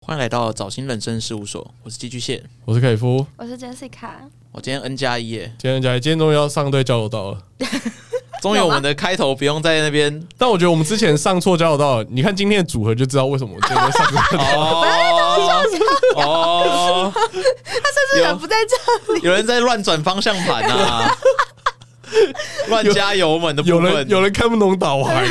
欢迎来到早新人生事务所，我是寄居蟹。我是凯夫，我是 Jessica，我今天 N 加一耶，今天讲，今天终于要上对交流道了。终于我们的开头不用在那边但我觉得我们之前上错交流道了，你看今天的组合就知道为什么我们今天上错哦 哦，这啊人不在这里，有人在乱转方向盘啊， 乱加油门的部有分， 人有人看不懂导航，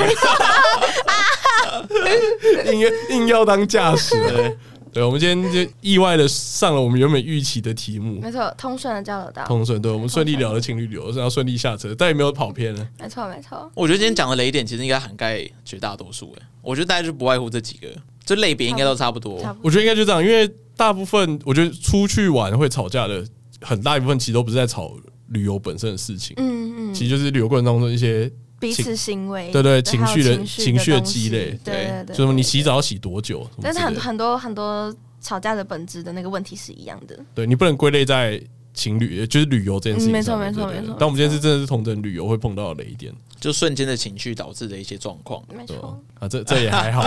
硬要硬要当驾驶。对对，我们今天就意外的上了我们原本预期的题目，没错，通顺的交流道，通顺。对，我们顺利聊了情侣旅游，然后顺利下车，但也没有跑偏了。没错没错，我觉得今天讲的雷点其实应该涵盖绝大多数哎，我觉得大家就不外乎这几个，这类别应该都差不多。差不多。我觉得应该就这样，因为大部分我觉得出去玩会吵架的很大一部分，其实都不是在吵旅游本身的事情，嗯其嗯，实就是旅游过程当中一些彼此行为，对对还有情绪的情情绪的东西积累对对对，就是你洗澡，澡要洗多久？什么但是之类很的很多很多吵架的本质的那个问题是一样的，对你不能归类在情侣，就是旅游这件事情嗯没错上面没错对对对没错但我们今天是真的是同等旅游会碰到的雷点，就瞬间的情绪导致的一些状况，没对吧错。？啊，这这也还 好，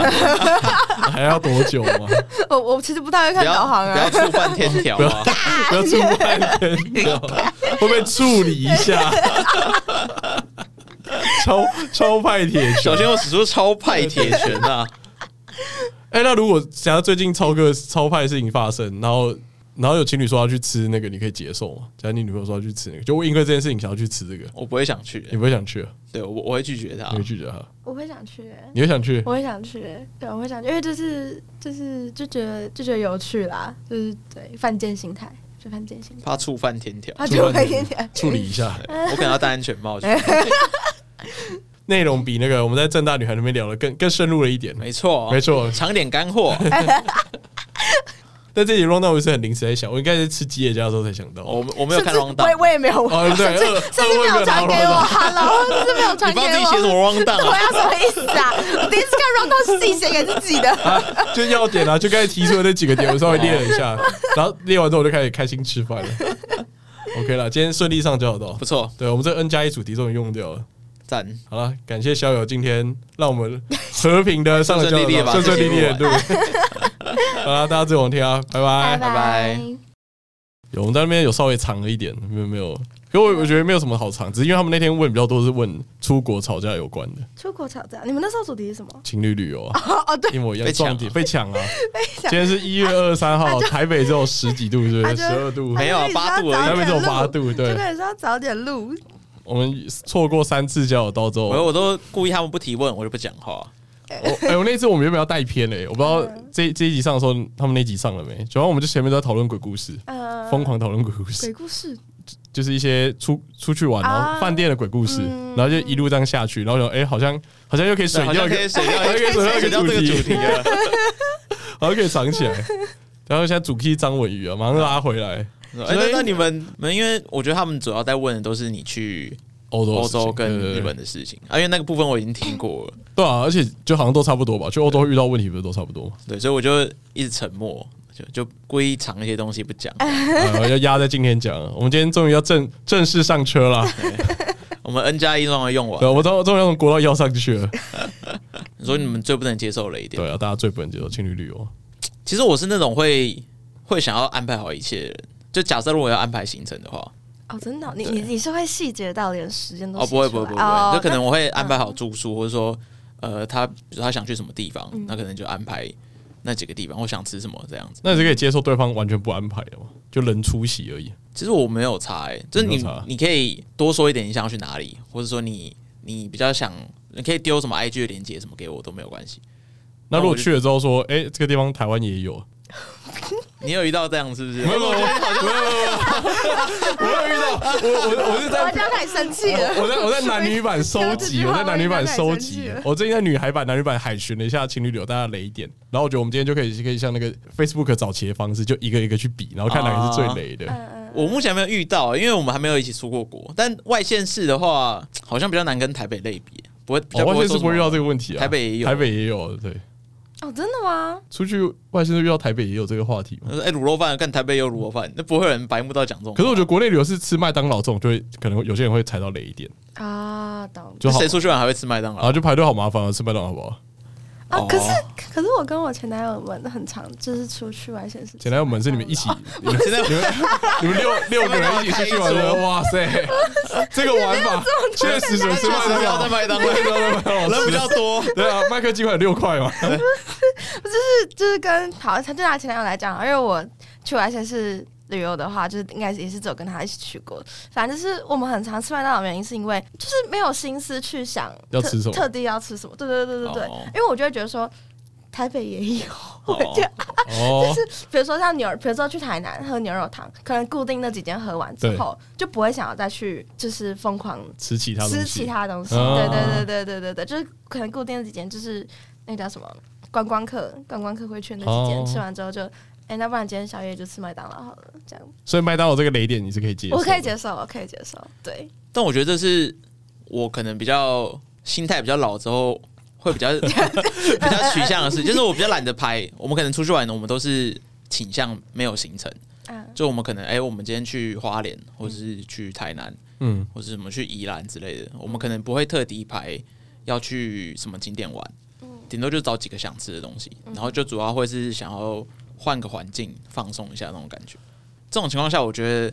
还要多久吗？我哦我其实不太会不看要导航不要啊，触犯天条啊！ 不要出半天，会不会处理一 下？超超派铁拳小！心我使出超派铁拳啊！哎、那如果想要最近超哥超派的事情发生，然后然后有情侣说要去吃那个，你可以接受吗？假如你女朋友说要去吃那个，就我因为这件事情想要去吃这个，我不会想去你欸，不会想去啊？对我我会拒绝他你。会拒绝他？我会想去欸，嗯你会想去？我会想去欸，对，我会想去，因为就是就是就觉得就觉得有趣啦，就是对犯贱心态，就犯贱心态，怕触犯天条，他触就犯会你有点处理一下。我可能要戴安全帽去。内容比那个我们在正大女孩那边聊的更更深入了一点。没错，没错尝点干货。但这集 round down 我是很临时在想，我应该是吃吉野家的时候才想到。我哦，们我没有看 r o 甚至我也我也没有，对，甚至二甚至没有传给我二，Hello，甚至没有传你给帮自己写什我。么 round down 我啊？要什么意思啊？我第一次看 round down 是自己写给自己的， round down 就要点啊，就刚才提出的那几个点，我稍微列了一 下，然后列完之后我就开始开心吃饭 了。OK 了，今天顺利上交流道不。错，对我们这 N 加一主题终于用掉了。赞。好了，感谢校友今天让我们和平的上了交顺顺利利流地把道，顺顺利利的这集录。 好了，大家自己往听啊，拜拜。拜有，我们在那边有稍微长了一点，没有没有。可我我觉得没有什么好长，只是因为他们那天问比较多是问出国吵架有关的出国吵架，你们那时候主题是什 么？情侣旅游啊，哦哦，对，一模一样被抢啊撞点被抢啊！今抢天是一月二十三号，台北只有十几度，是不他是？就十二度，没有啊八度而已台北只有八，度。就对，跟你说要早点录，我们错过三次交流道之后，我我我都故意他们不提问，我就不讲话。哎、我那次我们原本要带偏欸嘞、我不知道这这一集上的时候，他们那集上了没？主要我们就前面都在讨论鬼故事，呃，疯狂讨论鬼故事鬼。故事，就是一些出出去玩，然后啊饭店的鬼故事，然嗯后就一路这样下去，然后想，哎、好像好像又可以对水好掉像一可个，以水掉，好像可以水掉一水个掉这个主主题题，啊了。哎好像可以藏 起来。然后现在主 key 张文宇啊，马上拉回来哎，那那你们们，因为我觉得他们主要在问的都是你去欧洲的欧事情洲哦跟对对日对本的事情，啊，因为那个部分我已经听过了，对啊，而且就好像都差不多吧，去欧洲会遇到问题不是都差 不多吗？对，所以我就一直沉默，就就故意藏一些东西不讲。哎要压在今天讲啊，我们今天终于要正正式上 车啦，我们 N 加一让它用对，完，我们终终于要从国道要上去 了。你说你们最不能接受了一点。对啊，大家最不能接受情侣旅游，其实我是那种会会想要安排好一切的人。就假设如果要安排行程的话，哦，真的哦，你对你你是会细节到连时间都哦，写不会出不来会不会，哦就可能那我会安排好住宿，或者说，呃，他比如他想去什么地方，那可能就安排那几个地方，我想吃什么这样子。那你是可以接受对方完全不安排的吗？就人出席而已。其实我没有差、欸，就是你你没有差你可以多说一点你想要去哪里，或者说你你比较想，你可以丢什么 IG 的链接什么给我都没有关系。那如那我果就去了之后说，哎、这个地方台湾也有，你有遇到这样是不是？没有没有，没有没有，我没有遇到，我我我是我在就要开始生气了。哦我在我在男女版收集，我在男女版收我集应该，我最近在女孩版、男女版海巡了一下情侣旅游大家的雷点，然后我觉得我们今天就可以可以像那个 Facebook 早期的方式，就一个一个去比，然后看哪个是最雷的。嗯嗯，我目前没有遇到、欸因为我们还没有一起出过国。但外县市的话，好像比较难跟台北类比，不会，比较哦，外会县说什是不会遇么到这个问题啊，台北也有台北也有，对，哦，真的吗？出去外县是遇到台北也有这个话题嘛。他说：“哎、卤肉饭，干台北也有卤肉饭，那不会有人白目到讲这种。可是我觉得国内旅游是吃麦当劳这种，就会可能有些人会踩到雷点，啊，懂。就好谁，出去玩还会吃麦当然劳？后就排队好麻烦啊，吃麦当劳好不好？啊哦，可是可是我跟我前男友们很常就是出去玩显示器，前男友们是你们一起，你们现在你们你们六六个人一起出去玩的，哇塞，这个玩法确实什么吃确实麦不要在麦当劳麦当劳人吃比较多，对啊，麦克鸡块有六块嘛，就是就是跟好，他就拿前男友来讲，因为我去完先是旅游的话，就是应该也是只有跟他一起去过。反正就是我们很常吃麦当劳，的原因是因为就是没有心思去想要特吃什么特地要吃什么。对对对对对，哦因为我就会觉得说。台北也有，我 就哦，比如说像牛，比如说去台南喝牛肉汤，可能固定那几间喝完之后，就不会想要再去就是疯狂吃其他东西，吃其他东西。啊对对对对对对对，就是可能固定的几间，就是那个叫什么观光客，观光客会去那几间，哦吃完之后就。哎、那不然今天宵夜就吃麦当劳好了，这样所以麦当劳这个雷点你是可以接受的，我可以接受，我可以接受。对，但我觉得这是我可能比较心态比较老之后会 比较比较取向的事，就是我比较懒得拍。我们可能出去玩呢，我们都是倾向没有行程，嗯，就我们可能哎、我们今天去花莲，或是去台南，嗯，或是什么去宜兰之类的，我们可能不会特地排要去什么景点玩，嗯顶多就找几个想吃的东西，然后就主要会是想要换个环境放松一下那种感觉。这种情况下，我觉得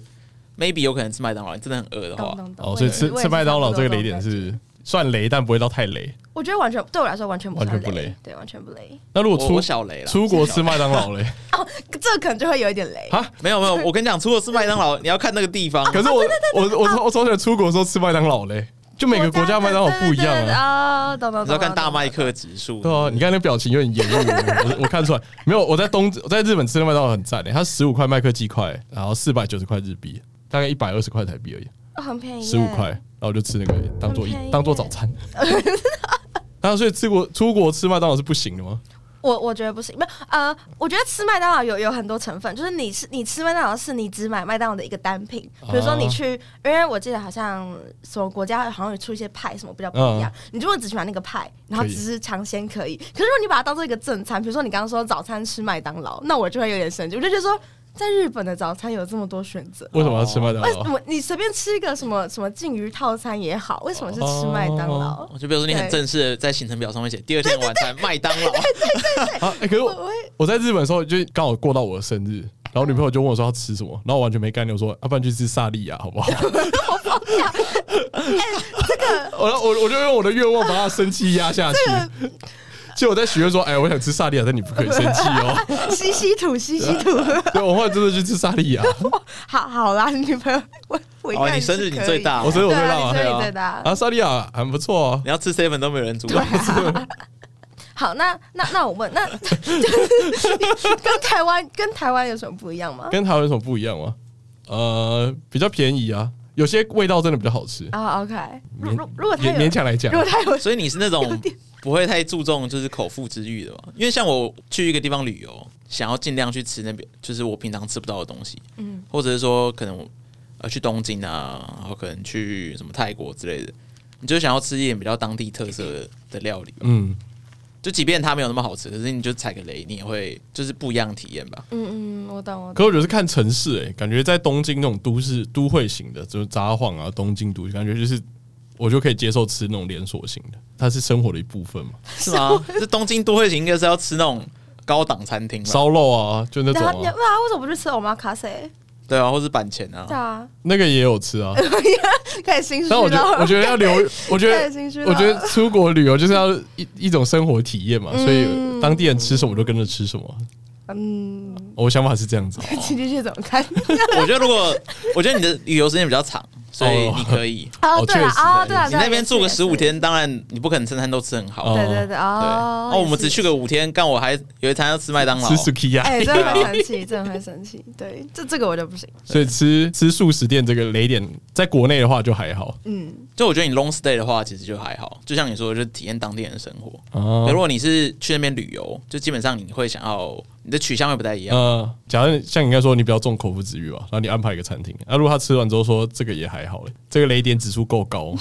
maybe 有可能吃麦当劳，你真的很饿的话懂，懂懂。哦，我所以也吃是吃麦当劳这个雷点，是算雷，但不会到太雷。我也是差不多这种感觉我觉得完全对我来说完全不算完全不雷雷，对，完全不雷。那如我我果出小雷了，出国吃麦当劳嘞？这可能就会有一点雷。啊，没有没有，我跟你讲，出国吃麦当劳，你要看那个地方。可是我我我从我从小出国的时候吃麦当劳嘞，就每个国家麦当劳不一样啊。啊。哦，懂懂懂。你要看懂大麦。克指数，对啊，你看那表情有点厌恶， 我我看出来。没有，我在东我在日本吃的麦当劳很赞诶、它十五块麦克鸡块，欸然后四百九十块日币，大概一百二十块台币而已，懂哦很便宜耶，十五块，然后我就吃那个当做一很便宜耶当做早餐。 啊，所以出国出国吃麦当劳是不行的吗？我我觉得不行，没有呃，我觉得吃麦当劳有有很多成分，就是你吃你吃麦当劳是你只买麦当劳的一个单品，比如说你去，因为我记得好像什么国家好像有出一些派什么比较不一样，你如果只喜欢那个派，然后可以只是尝鲜可以，可是如果你把它当做一个正餐，比如说你刚刚说早餐吃麦当劳，那我就会有点生气，我就觉得说在日本的早餐有这么多选择。为什么要吃麦当为什劳？么你随便吃一个什么什么鲭鱼套餐也好，为什么是吃麦当劳？就比如说你很正式的在行程表上面写第二天晚餐麦当劳，啊，欸可是我我会我在日本的时候，就刚好过到我的生日，然后女朋友就问我说要吃什么，然后我完全没概念，我说啊要不然去吃萨莉亚好不好？哎我我我就用我的愿望把她生气压下去。 就我在许愿说，哎，我想吃萨莉亚，但你不可以生气哦。吸吸土，吸吸土。对，我后来真的去吃萨莉亚， 好好啦， 女朋友，我我应哦，该你也是生日你可以最大，我生日我对最大啊，啊你生日对啊你最大。啊，萨莉亚很不错啊。你要吃 seven 都没有人煮，啊好，那那那我问，那 就是跟台湾跟台湾有什么不一样吗？跟台湾有什么不一样吗？呃，比较便宜啊，有些味道真的比较好吃，啊，OK，如勉如如果他勉有勉，强来讲啊如。果他有，所以你是那种不会太注重就是口腹之欲的嘛？因为像我去一个地方旅游，想要尽量去吃那边就是我平常吃不到的东西，嗯或者是说可能我呃去东京啊，然后可能去什么泰国之类的，你就想要吃一点比较当地特色的的料理吧。嗯，就即便它没有那么好吃，可是你就踩个雷，你也会就是不一样的体验 吧。嗯嗯，我懂我懂。可我觉得是看城市、欸，感觉在东京那种都市都会型的，就是札幌啊、东京都，感觉就是我就可以接受吃那种连锁型的，它是生活的一部分嘛，是吗？这东京都会型应该是要吃那种高档餐厅吧？烧肉啊，就那对种啊，你啊，哇，为什么不去吃我妈卡塞？对啊，或是板前啊对。啊，那个也有吃 啊。开始心虚但我觉得，了。我觉得要 留，我觉太得心虚，了我觉得出国旅游就是要一一种生活体验嘛，所以嗯当地人吃什么就跟着吃什么。嗯，我想法是这样子，啊 请继续怎么看？我觉得如果我觉得你的旅游时间比较长，所以你可以。哦，哦对了，确实 哦，对了，啊你那边住个十五天。天，当然你不可能餐餐都吃很好。哦对对对，对，哦，哦，我们也只是去个五天，干我还有一餐要吃麦当劳吃。哎、 Sukiya，真的会 生气，真的会生气。对，这这个我就不行。所以吃吃素食店这个雷点，在国内的话就还好嗯，就我觉得你 long stay 的话，其实就还好。就像你说，的，就是体验当地人的生活。啊哦可如。果你是去那边旅游，就基本上你会想要你的取向会不太一哦样。呃，假如像你刚才说，你比较重口腹之欲吧，然后你安排一个餐厅，那、如果他吃完之后说这个也还好嘞，这个雷点指数够高，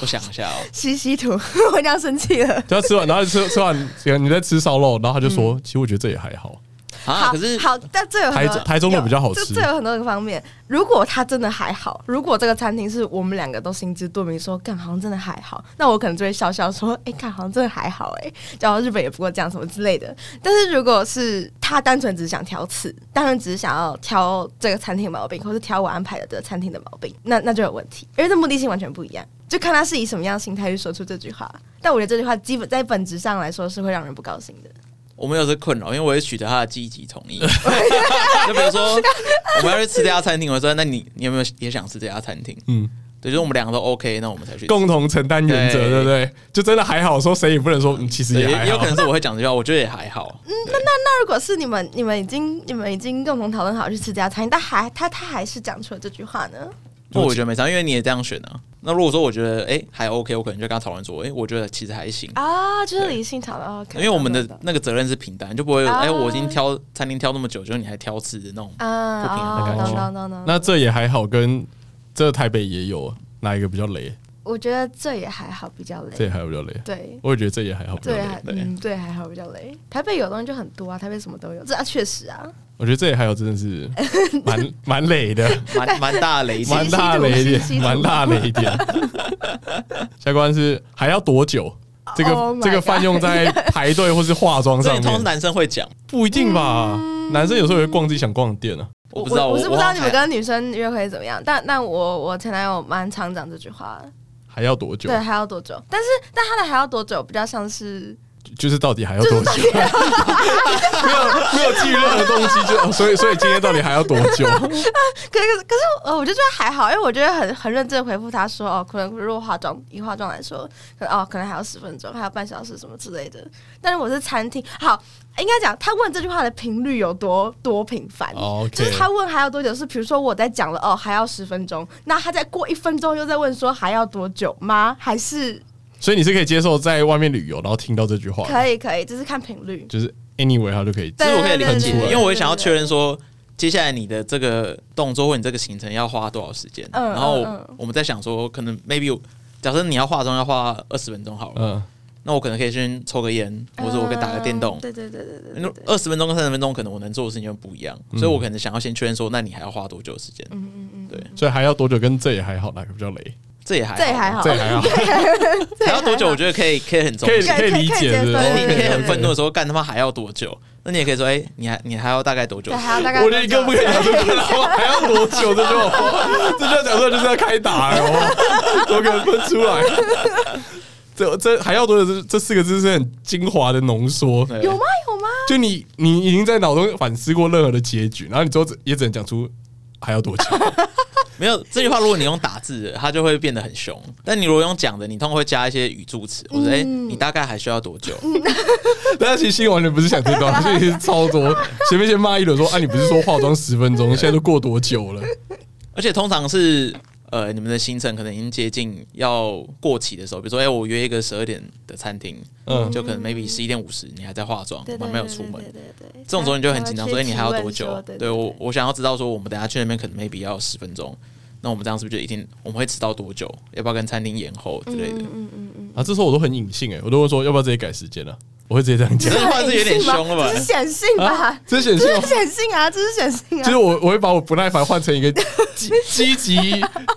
我想一下哦，西西图， 我一定要生气了。嗯就他吃完，然后吃吃完，你在吃烧肉，然后他就说，其实我觉得这也还好，啊，好可是好，但这有很多台台中的比较好有吃这这有很多个方面。如果它真的还好，如果这个餐厅是我们两个都心知肚明说，干好像真的还好，那我可能就会笑笑说，哎、看好像真的还好、哎，然后日本也不过这样什么之类的。 但是如果是他单纯只是想挑刺，单纯只是想要挑这个餐厅的毛病，或是挑我安排的这个餐厅的毛病，那那就有问题，因为这目的性完全不一样。就看他是以什么样的心态去说出这句话，但我觉得这句话基本在本质上来说是会让人不高兴的。我们有这困扰，因为我会取得他的积极同 意。就比如说，啊我们要去吃这家餐厅，我说：“那你你有没有也想吃这家餐厅嗯，？”对，就是我们两个都 OK，那我们才去吃。共同承担原则，对对不对？就真的还好，说谁也不能说，嗯，其实对也还也有好可。能是我会讲这句话，我觉得也还好。嗯对那如果是你们，你们已经你们已经共同讨论好去吃这家餐厅，但还他他还是讲出了这句话呢？那我觉得没差，因为你也这样选啊。那如果说我觉得哎、诶还 OK，我可能就跟他讨论说，哎、我觉得其实还行，啊，就是对理性讨论，OK，因为我们懂的懂那个责任是平淡，就不会有啊哎、诶我已经挑餐厅挑那么久，就你还挑吃的那种。懂啊，不平衡的哦感懂觉懂懂懂。那这也还好，跟这台北也有哪一个比较雷？我觉得这也还好，比较这也累。还比较雷。对，我也觉得这也还好，比较这也雷。还嗯，对还好比较累。台北有东西就很多啊，台北什么都有。这啊，确实啊，我觉得这也还有，真的 是蛮蛮雷的，蛮蛮大的雷 击，蛮大雷一吸点，毒蛮大雷一点。 下一关是还要多久？这个、 Oh my 这个泛用在排队或是化妆这上你通常面，男生会讲，不一定吧？嗯男生有时候也会逛自己想逛的店啊。我不知道，我是不知好道像你们还跟女生约会怎么样，但但我我前男友蛮常讲这句话，还要多久对，？还要多久？但是但他的还要多久，比较像是就是到底还要多久？没有没有基于任何东西，就 哦所以所以今天到底还要多久？ 可是可是呃，我就觉得还好，因为我觉得很很认真地回复他说，哦，可能如果化妆以化妆来说，可能哦可能还有十分钟，还有半小时什么之类的。但是我是餐厅，好，应该讲他问这句话的频率有多多频繁。哦就，OK，是他问还要多久？是比如说我在讲了哦，还要十分钟，那他再过一分钟又在问说还要多久吗？还是所以你是可以接受在外面旅游，然后听到这句话，可以可以，就是看频率。就是 anyway 他就可以。其实我可以理对对解，对对因为我会想要确认说，接下来你的这个动作或你这个行程要花多少时间，嗯然后嗯嗯我们在想说，可能 maybe 假设你要化妆要花二十分钟好了，嗯，那我可能可以先抽个烟，或者我可以打个电动嗯。对对对对对那对对。二十分钟跟三十分钟可能我能做的事情就不一样，嗯所以我可能想要先确认说，那你还要花多久的时间？嗯嗯嗯，对，所以还要多久？跟这也还好，哪个比较雷？这也还这也还好哎这也 还好，还要多久？我觉得可以可以很重可以视可以理可以解接受的。对然后对你对可以对很愤怒对的时候，干他妈还要多久？那你也可以说，哎，你还你还要大概多久对，？还要大概我觉得你更不可以讲出 这句话，还要多久这句话？这句话讲出来就是要开打了 哦，怎么可能分出来？这这还要多久？这这四个字是很精华的浓缩，对有吗？有吗？就你你已经在脑中反思过任何的结局，然后你之后只也只能讲出还要多久。 没有这句话，如果你用打字的，它就会变得很凶；但你如果用讲的，你通常会加一些语助嗯词，或者哎、你大概还需要多久？但他其实心里完全不是想这段， 他其实是超多。前面先骂一轮说啊，你不是说化妆十分钟，现在都过多久了？而且通常是呃，你们的行程可能已经接近要过期的时候，比如说哎、我约一个十二点的餐厅，嗯就可能 maybe 十一点五十，你还在化妆，对我对，还没有出门对。对对对，这种时候你就很紧张，说：“哎、以你还要多久？”对对我，我想要知道说，我们等下去那边可能 maybe 要十分钟，那我们这样是不是就一定我们会迟到多久？要不要跟餐厅延后之类的？嗯嗯嗯， 啊，这时候我都很隐性哎、我都会说要不要直接改时间啊？我会直接这样 这 讲。句话是有点凶了吧？这是显性吧 啊？，这显示这是显性啊，这是显性就是啊。我我会把我不耐烦换成一个积积极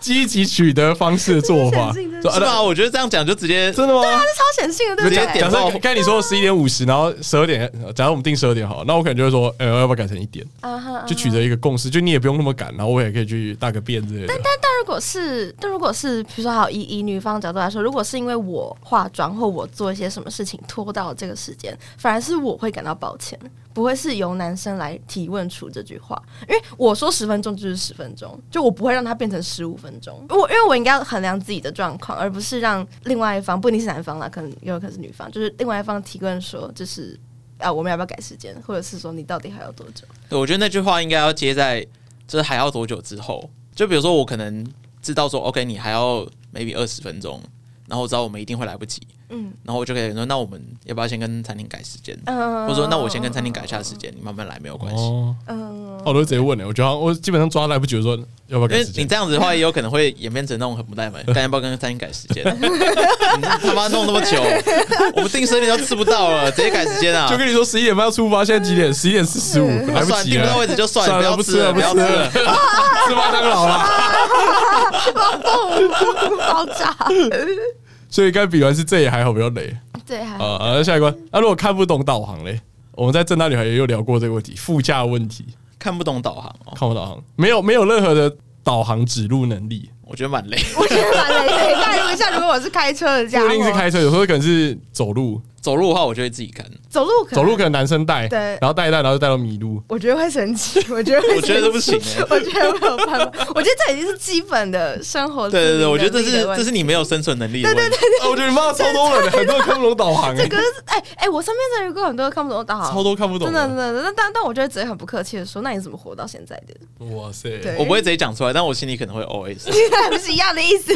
积极取得方式的 做法这是显性，说是啊吧？我觉得这样讲就直接那真的吗它？是超显性的，对直不接对？点假爆设刚才你说十一点五十，然后十二点，假如我们定十二点好了，那我可能就会说，呃，要不要改成一点？啊哈啊哈就取得一个共识，就你也不用那么赶，然后我也可以去大个便之类的。但如果是，但如果是，比如说好以以女方角度来说，如果是因为我化妆或我做一些什么事情拖到这个时间，反而是我会感到抱歉，不会是由男生来提问出这句话，因为我说十分钟就是十分钟，就我不会让它变成十五分钟。我因为我应该衡量自己的状况，而不是让另外一方，不一定是男方啦，可能也有可能是女方，就是另外一方提问说，就是啊，我们要不要改时间，或者是说你到底还要多久？对，我觉得那句话应该要接在就是还要多久之后。就比如说我可能知道说，OK，你还要 maybe 二十分钟，然后我知道我们一定会来不及，嗯然后我就可以说，那我们要不要先跟餐厅改时间？嗯，或者说，那我先跟餐厅改一下时间，你慢慢来没有关系。哦，嗯，我都直接问了，我觉得好像我基本上抓来不及，我说要不要因改为时你间？这样子的话，也有可能会演变成那种很不耐烦，干要不要跟餐厅改时间？你他妈弄那么久，我们定生日都吃不到了，直接改时间啊！就跟你说十一点半要出发，现在几点？十一点四十五，来不算了，及订不到位置就算算了，了，要不吃了，不不要吃吃了了，。 吃麦当劳啦。 爆炸，所以刚比完是这也还好，不要累对，还啊。啊，下一关，那如果看不懂导航嘞？我们在正大女孩也有聊过这个问题，副驾问题，看不懂导航哦，看不懂导航，没有没有任何的导航指路能力，我觉得蛮累。 我觉得蛮累的。代入一下，如果我是开车的哦家不伙，一定是开车，有时候可能是走路，走路的话，我就会自己看。走路可能走路可能男生带，对然后带一带，然后就带到迷路。我觉得会生气， 我觉得会我觉得生不气行欸我觉得没有办法， 我觉得这已经是基本的生哦活自对理对能力对，的我问觉题。得这是这是你没有生存能力的问题。啊我觉得你妈超多人的，很多人看不懂导航哎 这，个是哎哎，我身边真的有过很多看不懂导航，超多看不懂真的真的，真的但但我就会直接很不客气的说，那你怎么活到现在的？ 哇塞！对我不会直接讲出来，但我心里可能会 OS。 不是一样的意思，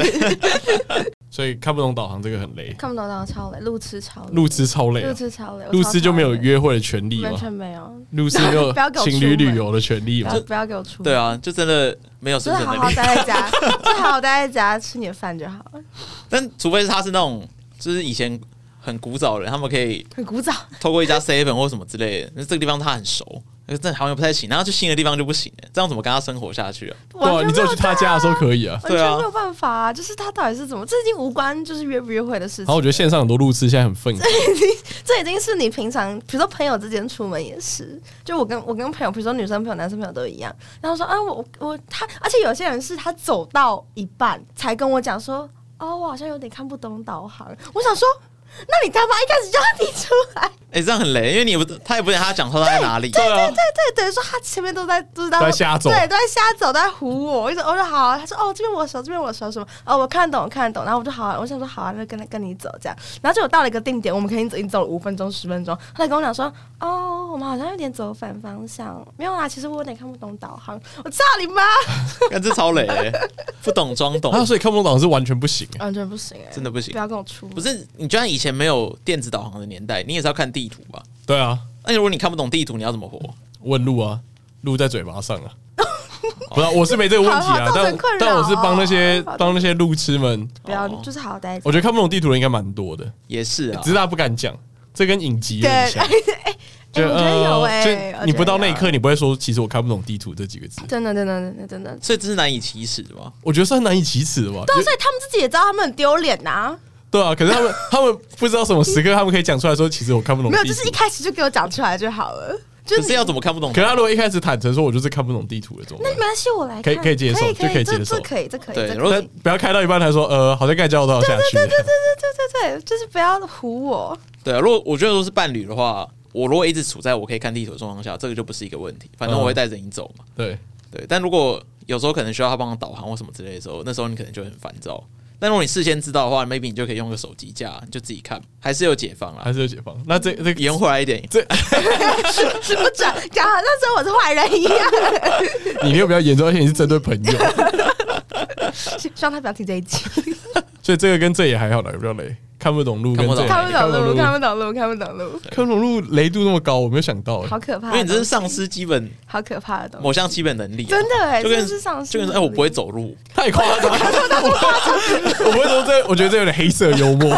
所以看不懂导航这个很累，看不懂导航超累，路痴超累，路痴超累路啊，痴超累，我路超痴就没有讨厌，约会的权利完嘛，全没有，路痴没有 不要给我情侣旅游的权利不嘛要。不要给我出门，对，啊，就真的没有就生是存好好能力。待在家，就好好待在家吃你的饭就好了， 但除非是他是那种，就是以前很古早的人，他们可以很古早。透 过一家 seven 或什么之类的，那这个地方他很熟，那这好像不太行。然后去新的地方就不行了，这样怎么跟他生活下去啊？对啊，完全你只有没去他家的时候可以啊。完对啊全没有办法、啊，就是他到底是怎么，这已经无关就是约不约会的事然后我情，觉得线上很多路痴现在很愤慨， 这已经是你平常，比如说朋友之间出门也是，就我跟我跟朋友，比如说女生朋友、男生朋友都一样，然后说啊我我他，而且有些人是他走到一半才跟我讲说，哦我好像有点看不懂导航，我想说。那你他妈一开始就要提出来，哎、这样很累，因为你不，他也不知道他讲错他在哪里。对 啊， 对，等于说他前面都在都是在都在瞎走对，都在瞎走，都在唬我。我就说我说好、啊，他说哦这边我熟，这边我熟什么？哦我看得懂，我看得懂。然后我就好、啊，我想说好啊，那跟他跟你走这样。然后结果到了一个定点，我们肯定已经走了五分钟十分钟，他才跟我讲说哦我们好像有点走反方向，没有啦，其实我有点看不懂导航。我操你妈，看这超累、不懂装懂，啊，所以看不懂导航是完全不行欸。完全不行哎、真的不行不要跟我出门。不是你就算以前没有电子导航的年代，你也是要看地图吧？对啊，那如果你看不懂地图，你要怎么活？问路啊，路在嘴巴上 啊。不是啊，我是没这个问题啊好好，造成但困扰但我是帮那些好好帮那些路痴们，不要，哦就是好好待在我觉得看不懂地图的应该蛮多的，也是啊只，是大家不敢讲。这跟影集有对，点哎像，哎哎，我觉得有哎、呃就你不到那一刻，你不会说其实我看不懂地图这几个字，真的真的真的真的。所以这是难以启齿的嘛。我觉得是很难以启齿的吧？对啊，就所以他们自己也知道他们很丢脸呐。对啊，可是他们他们不知道什么时刻他们可以讲出来说，其实我看不懂没地有，图。就是一开始就给我讲出来就好了。就可你是要怎么看不懂？可他如果一开始坦诚说我就是看不懂地图的，怎么那办没？关系，我来看，可以可以接受可以就可以接这受这可以，这可以，对这可以如果但不要开到一半还说呃，好像该交多少下去。对对对对对对，就是不要唬我。对啊，如果我觉得说是伴侣的话，我如果一直处在我可以看地图的状况下，这个就不是一个问题，反正我会带着你走嘛。对，对，但如果有时候可能需要他帮我导航或什么之类的时候，那时候你可能就会很烦躁。但如果你事先知道的话，maybe 你就可以用个手机架，你就自己看，还是有解放啦 还。是有解放。那这这延回来 一点，是不准讲，好像说我是坏人一样。你又比较严重，而且你是针对朋友，希望他不要听这一集。所以这个跟这也还好啦，比较累。看不懂路跟这也，看不看不懂懂路，路，看不懂路，看不懂路，看不懂路雷度那么高，我没有想到欸。好可因怕的东西！为你这是丧失基本好可怕的东某西。项基本能力啊、啊真的哎就跟真的是丧失就跟哎、我不会走路，太夸张了，我不会说这，我觉得这有点黑色幽 默。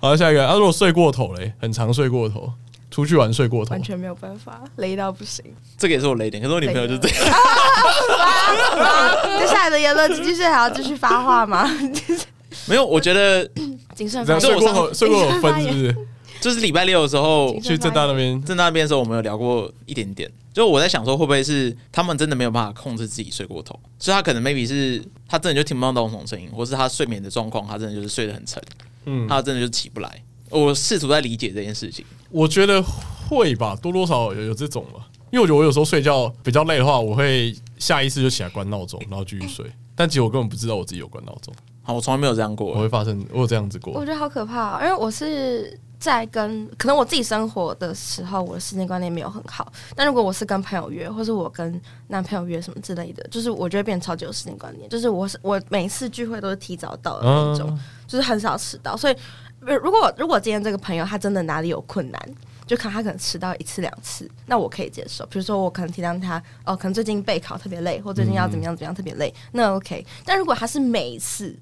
好，下一个，他、如果睡过头嘞，很常睡过头，出去玩睡过头完，全没有办法，雷到不行。这个也是我雷点。可是我女朋友就这啊样，接下来的言论继续还要继续发话吗？ 没有。我觉得谨慎这发样这睡种言。过头，睡过头分是不是？就是礼拜六的时 候请去正大那边，在那边的时候，我们有聊过一点点。就我在想说，会不会是他们真的没有办法控制自己睡过头？所以他可能 maybe 是他真的就听不到那种声音，或是他睡眠的状况，他真的就是睡得很沉，嗯，他真的就起不来。我试图在理解这件事情，我觉得会吧，多多少少有有这种吧。因为我觉得我有时候睡觉比较累的话，我会下意识就起来关闹钟，然后继续睡。但其实我根本不知道我自己有关闹钟，好，我从来没有这样我过。会发生，我有这样子我过。觉得好可怕、哦，因为我是在跟可能我自己生活的时候，我的时间观念没有很好。但如果我是跟朋友约，或是我跟男朋友约什么之类的，就是我就会变得超级有时间观念，就是我是我每次聚会都是提早到的那种，嗯就是很少迟到。所以呃如果如果今天这个朋友他真的哪里有困难，就看他可能迟到一次两次，那我可以接受。比如说我可能体谅他，哦，可能最近备考特别累，或最近要怎么样怎么样特别累，那 OK。但如果他是每一次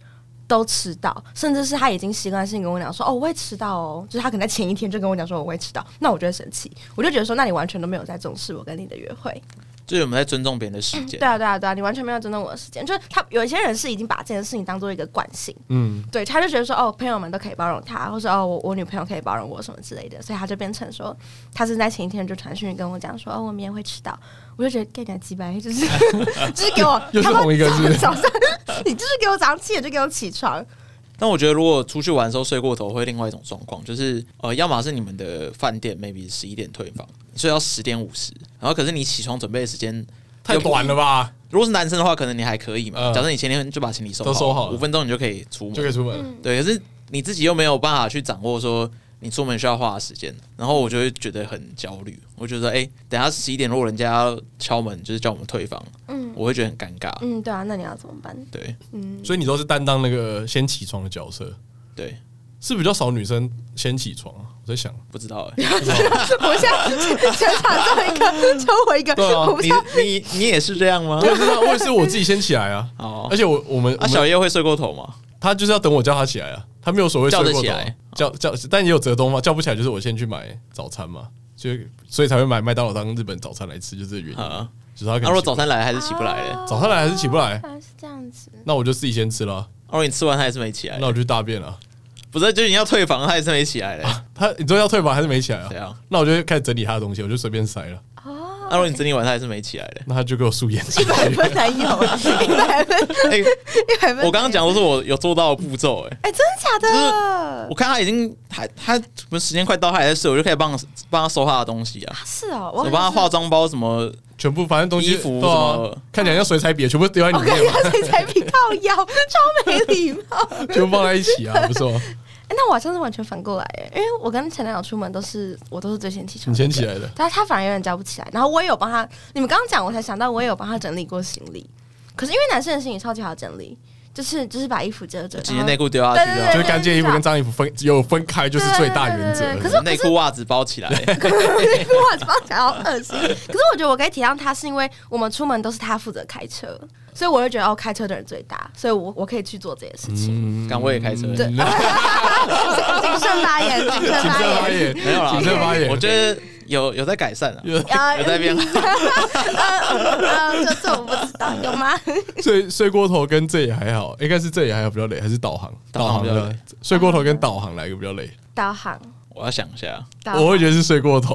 都迟到，甚至是他已经习惯性跟我讲说，哦，我会迟到哦，就是他可能在前一天就跟我讲说我会迟到，那我就会生气，我就觉得说，那你完全都没有在重视我跟你的约会。就是我们在尊重别人的时间对。啊，对啊，对啊，你完全没有尊重我的时间。就是他有一些人是已经把这件事情当做一个惯性，嗯，对，他就觉得说哦，朋友们都可以包容他，或者哦，我我女朋友可以包容我什么之类的，所以他就变成说，他是在前一天就传讯跟我讲说，哦，我明天会迟到。我就觉得给你鸡掰， 就是就是给我，又是他妈同一个是不是早上你就是给我早上七点就给我起床，但我觉得如果出去玩的时候睡过头，会另外一种状况，就是呃，要么是你们的饭店 maybe 十一点退房，所以要十点五十，然后可是你起床准备的时间太短了吧，如果是男生的话，可能你还可以嘛。嗯假设你前天就把行李收都收好了五分钟你就可以出就可门。以出门了。对，可是你自己又没有办法去掌握说你出门需要花的时间，然后我就会觉得很焦虑。我觉得，哎、等下十一点如果人家要敲门，就是叫我们退房，嗯我会觉得很尴尬。嗯，对啊，那你要怎么办？对嗯，所以你都是担当那个先起床的角色，对，是比较少女生先起床啊。我在想，不知道、 哎 我现在全场这么一个，就我一个，对啊 我不知道你你你也是这样吗 我？也是啊，我也是我自己先起来啊。哦 而，且我我们啊，我们小叶会睡过头吗？他就是要等我叫他起来啊，他没有所谓睡叫过得起头来啊，叫叫，但也有折东嘛，叫不起来就是我先去买早餐嘛，就所以才会买麦当劳当日本早餐来吃，就是这个原因。啊，就是他可那、如能果起不早来餐来还是起不来啊嘞？啊早上来还是起不来原来是这样子，那我就自己先吃了，如果你吃完他还是没起来那，我就去大便了。不是，就是你要退房他还是没起来嘞？他你说要退房还是没起来怎啊？样？那我就开始整理他的东西，我就随便塞了，那、如果你整理完他还是没起来嘞？那他就给我素颜。一百分才有啊，一百分，哎、一百分才有。 我刚刚讲的是我有做到的步骤、哎。哎、真的假的？我看他已经还他什么时间快到，他还在睡，我就可以帮帮他收他的东西啊，是哦，我我帮他化妆包什么，全部反正东西衣服对什啊么，哦看起来像水彩笔，全部丢在我里跟面 你嘛，讲，这才比靠腰，超没礼貌。 全部放在一起啊，不错。哎那我好像是完全反过来耶，因为我跟前男友出门都是我都是最先起床，你先起。来啊的，但他反而有点叫不起来，然后我也有帮他。你们刚刚讲，我才想到我也有帮他整理过行李。可是因为男生的行李超级好整理，就是就是把衣服折折，几件然后内裤丢下去啊对就对好对就是干净衣服跟脏衣服分有分开，就是最大原则对对对对对可了。是内裤袜子包 起来，内 裤袜子包起来好恶心。可是我觉得我可以体谅他，是因为我们出门都是他负责开车，所以我就觉得哦，开车的人最大，所以我我可以去做这些事嗯情。敢我也开车，嗯对 谨慎发言，谨慎谨发慎发言。言，没有啦谨慎发言。我觉得有有在改善啊，得啊有在变好，啊，这这我不知道，有吗？睡睡过头跟这也还好，应该是这也还好比较累，还是导航？导航比较的累睡过头跟导航哪一个比较累？导航，我要想一下，导我会航，觉得是睡过头，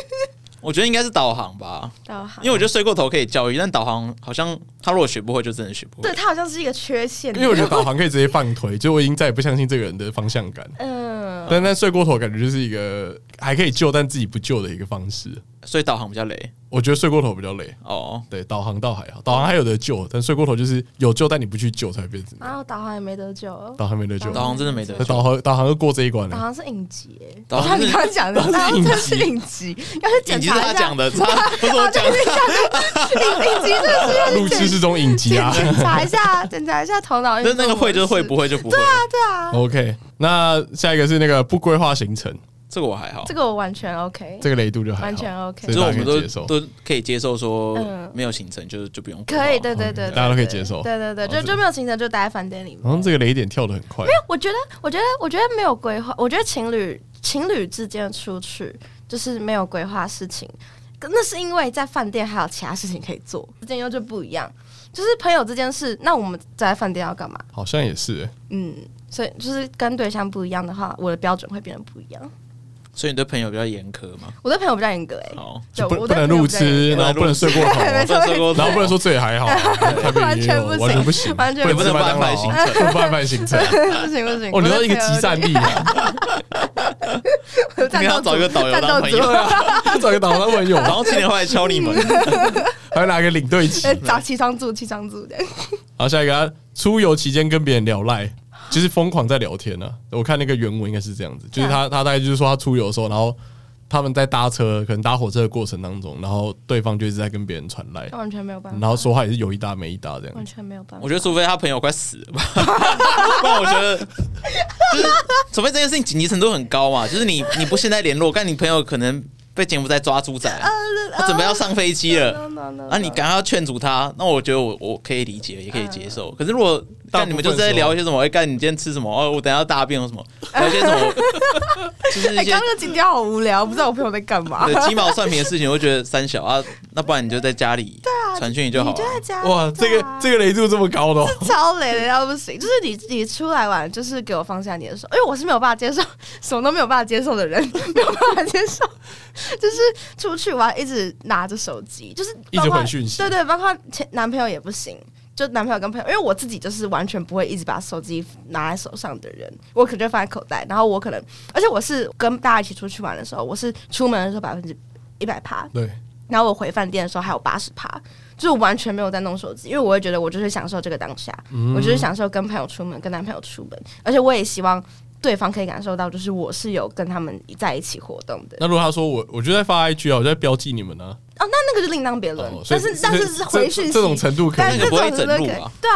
我觉得应该是导航吧，导航因为。我觉得睡过头可以教育，但导航好像他如果学不会就真的学不会对，，它好像是一个缺陷。因为我觉得导航可以直接放推，就我已经再也不相信这个人的方向感。嗯，但但睡过头感觉就是一个还可以救，但自己不救的一个方式。所以导航比较累我觉得睡过头比较累，哦。对，导航倒还好，导航还有得救，但睡过头就是有救，但你不去救才会变成这样。然后啊导航也没得救，导航没得救，导航真的没得那救，导航导航就过这一关导了。航是影集耶。导航像是你刚刚讲的，导导航航是真影的集是影集，要去影检集是查他一下讲。的，他不是我讲的。影集就是要路痴是种影集啊。检查一下，检查一下头脑运就作是模式。那个会就是会，不会就不会。对啊， OK，那下一个是那个不规划行程，这个我还好，这个我完全 OK，这个雷度就还好完全 OK 这就是个我大家们可以接都受。都可以接受说嗯没有行程就就不用啊规划可以，对对对，对哦大家都可以接受对对对，好就这就没有行程就待在饭店里面好。像这个雷点跳的很快，我觉得，我觉得，我觉得没有规划，我觉得情侣情侣之间的出去就是没有规划事情，可那是因为在饭店还有其他事情可以做，之间又就不一样。就是朋友之间是，那我们在饭店要干嘛？好像也是、欸。嗯，所以就是跟对象不一样的话，我的标准会变得不一样。所以你对朋友比较严苛嘛？我对朋友比较严格哎、好，就对不我不对能朋友路比较严痴，格然后不能睡过头，对没欸然错我说过后不能说这也还好， 太被完引诱全不了行完全不行，完全不能不吃能麦当劳，办不能办饭行 程。 啊不行不行，哦，你要一个我对朋友集散力 啊，有 点，你要找一个导游当朋友 战斗组找个导航朋友，然后七点后来敲你门， 还有拿个领队旗呃。找七张组，七张组的。好，下一个啊，出游期间跟别人聊赖，啊就是疯狂在聊天啊。我看那个原文应该是这样子，就是他他大概就是说他出游的时候，然后他们在搭车，可能搭火车的过程当中，然后对方就一直在跟别人传来，完全没有办法，然后说话也是有一搭没一搭这样完。全没有办法。我觉得除非他朋友快死了吧， 不然我觉得就是，除非这件事情紧急程度很高嘛，就是你你不现在联络，但你朋友可能被柬埔寨抓猪仔，啊 呃他准备要上飞机了。啊，你赶快要劝阻啊他，那我觉得我我可以理解，也可以接受。嗯可是如果大但部分你们就是在聊一些什么，哎，干你今天吃什么？哦，我等一下大便有什么？聊一些什 么？就是哎，啊一刚些刚那个情调好无聊，不知道我朋友在干嘛。 对鸡毛蒜皮的事情，我就觉得三小啊，那不然你就在家里传讯息就好啊你就了。在家哇，这对个啊这个雷度这么高 的哦，超累的要不行，就是你你出来玩，就是给我放下你的手，因为我是没有办法接受，什么都没有办法接受的人， 没有办法接受， 就是出去玩一直拿着手机，就是一直包括回讯息对对，包括前男朋友也不行。就男朋友跟朋友，因为我自己就是完全不会一直把手机拿在手上的人，我可能就会放在口袋，然后我可能，而且我是跟大家一起出去玩的时候，我是出门的时候百分之一百趴，对，然后我回饭店的时候还有八十趴，就是我完全没有在弄手机，因为我会觉得我就是享受这个当下，嗯我就是享受跟朋友出门，跟男朋友出门，而且我也希望对方可以感受到，就是我是有跟他们在一起活动的。那如果他说我，我就在发 IG 啊，我就在标记你们呢、哦，那那个就另当别论，哦所但以是但是是回讯息这这种程度可但能是那个不会这种程度整可以路吧对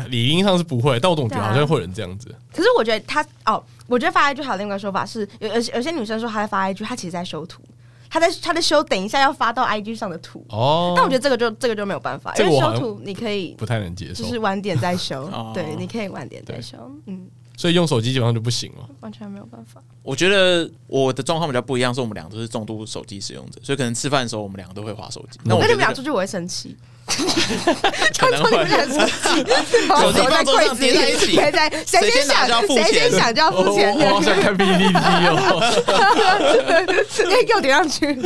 啊，理应上是不会，但我总觉得对啊好像会有人这样子。可是我觉得他哦，我觉得发 IG 还有另外一个说法是，有有些有些女生说她在发 IG，她其实在修图，她在她在修等一下要发到 IG 上的图，哦，但我觉得这个就这个就没有办法，这因个为我好修像图你可以不太能接受就，是晚点再修哦，对，你可以晚点再修，嗯，所以用手机基本上就不行了。完全没有办法。我觉得我的状况比较不一样，是我们两个都是重度手机使用者，所以可能吃饭的时候我们两个都会划手机。那我觉那你得们俩出去我会生气，可能你会们俩生气，然后手机在放桌柜上子叠在一里，起谁在谁谁先先拿想就要付谁先钱想就要付钱，哦我我好 想看 PPT 哦。可以哎给我叠上去。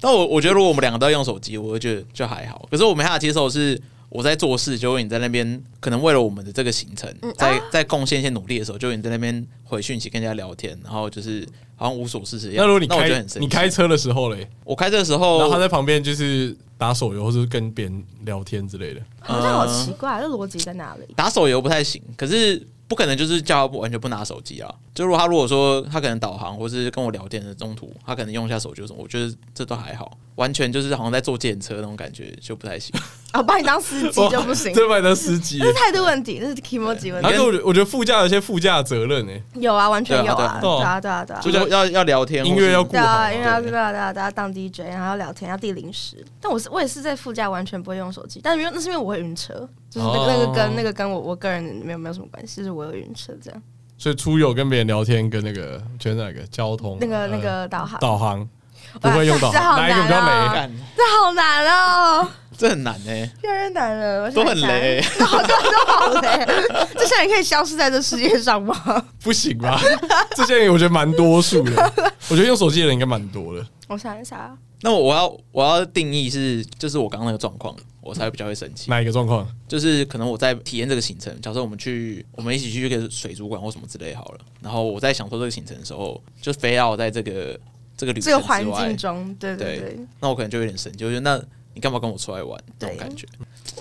但我我觉得如果我们两个都要用手机，我会觉得就还好。可是我没办法接受的是我在做事，结果你在那边可能为了我们的这个行程，在在贡献一些努力的时候，就你在那边回讯息跟人家聊天，然后就是好像无所事事一样。 那如果你那我就开很哦生气。你开车的时候嘞，我开车的时然后他候，在旁边就是打手游或者跟别人聊天之类的，好像好奇怪，这逻辑在哪里？打手游不太行，可是不可能就是叫他完全不拿手机啊。就如果他如果说他可能导航或是跟我聊天的中途，他可能用一下手机或什么，我觉得这都还好，完全就是好像在坐电车那种感觉就不太行。哦，把你当司机就不行，这把你当司 机耶这是。态度问题，这是 i m o j i 问而且题。我觉得我觉得副驾有些副驾责任欸诶，有啊，完全有对啊，对啊啊，对啊，对啊就。是要要聊天，音乐或要顾是对好啊，因为要对啊对啊对啊，当 DJ，然后要聊天，要递零食。但我是我也是在副驾完全不会用手机，但因为那是因为我会晕车，就是那个、哦那个跟那个跟我我个人没有没有什么关系，就是我有晕车这样。所以出游跟别人聊天跟那个全是哪个交通那个呃那个导航，导航不会用导这航，好哪一个比较难雷啊？干这好难哦，这很难呢、欸越来越难了，我想都很一下雷， 都好都好雷，这些人可以消失在这世界上吗？不行吧？ 这些人我觉得蛮多数的，我觉得用手机的人应该蛮多的。我想一下，啊那我要我要定义是，就是我刚刚那个状况，我才比较会生气。哪一个状况？就是可能我在体验这个行程，假设我们去，我们一起去一个水族馆或什么之类好了。然后我在享受这个行程的时候，就非要在这个这个旅这程个之环外境，中，对对对对，那我可能就有点生气，就是那你干嘛跟我出来玩这种对感觉？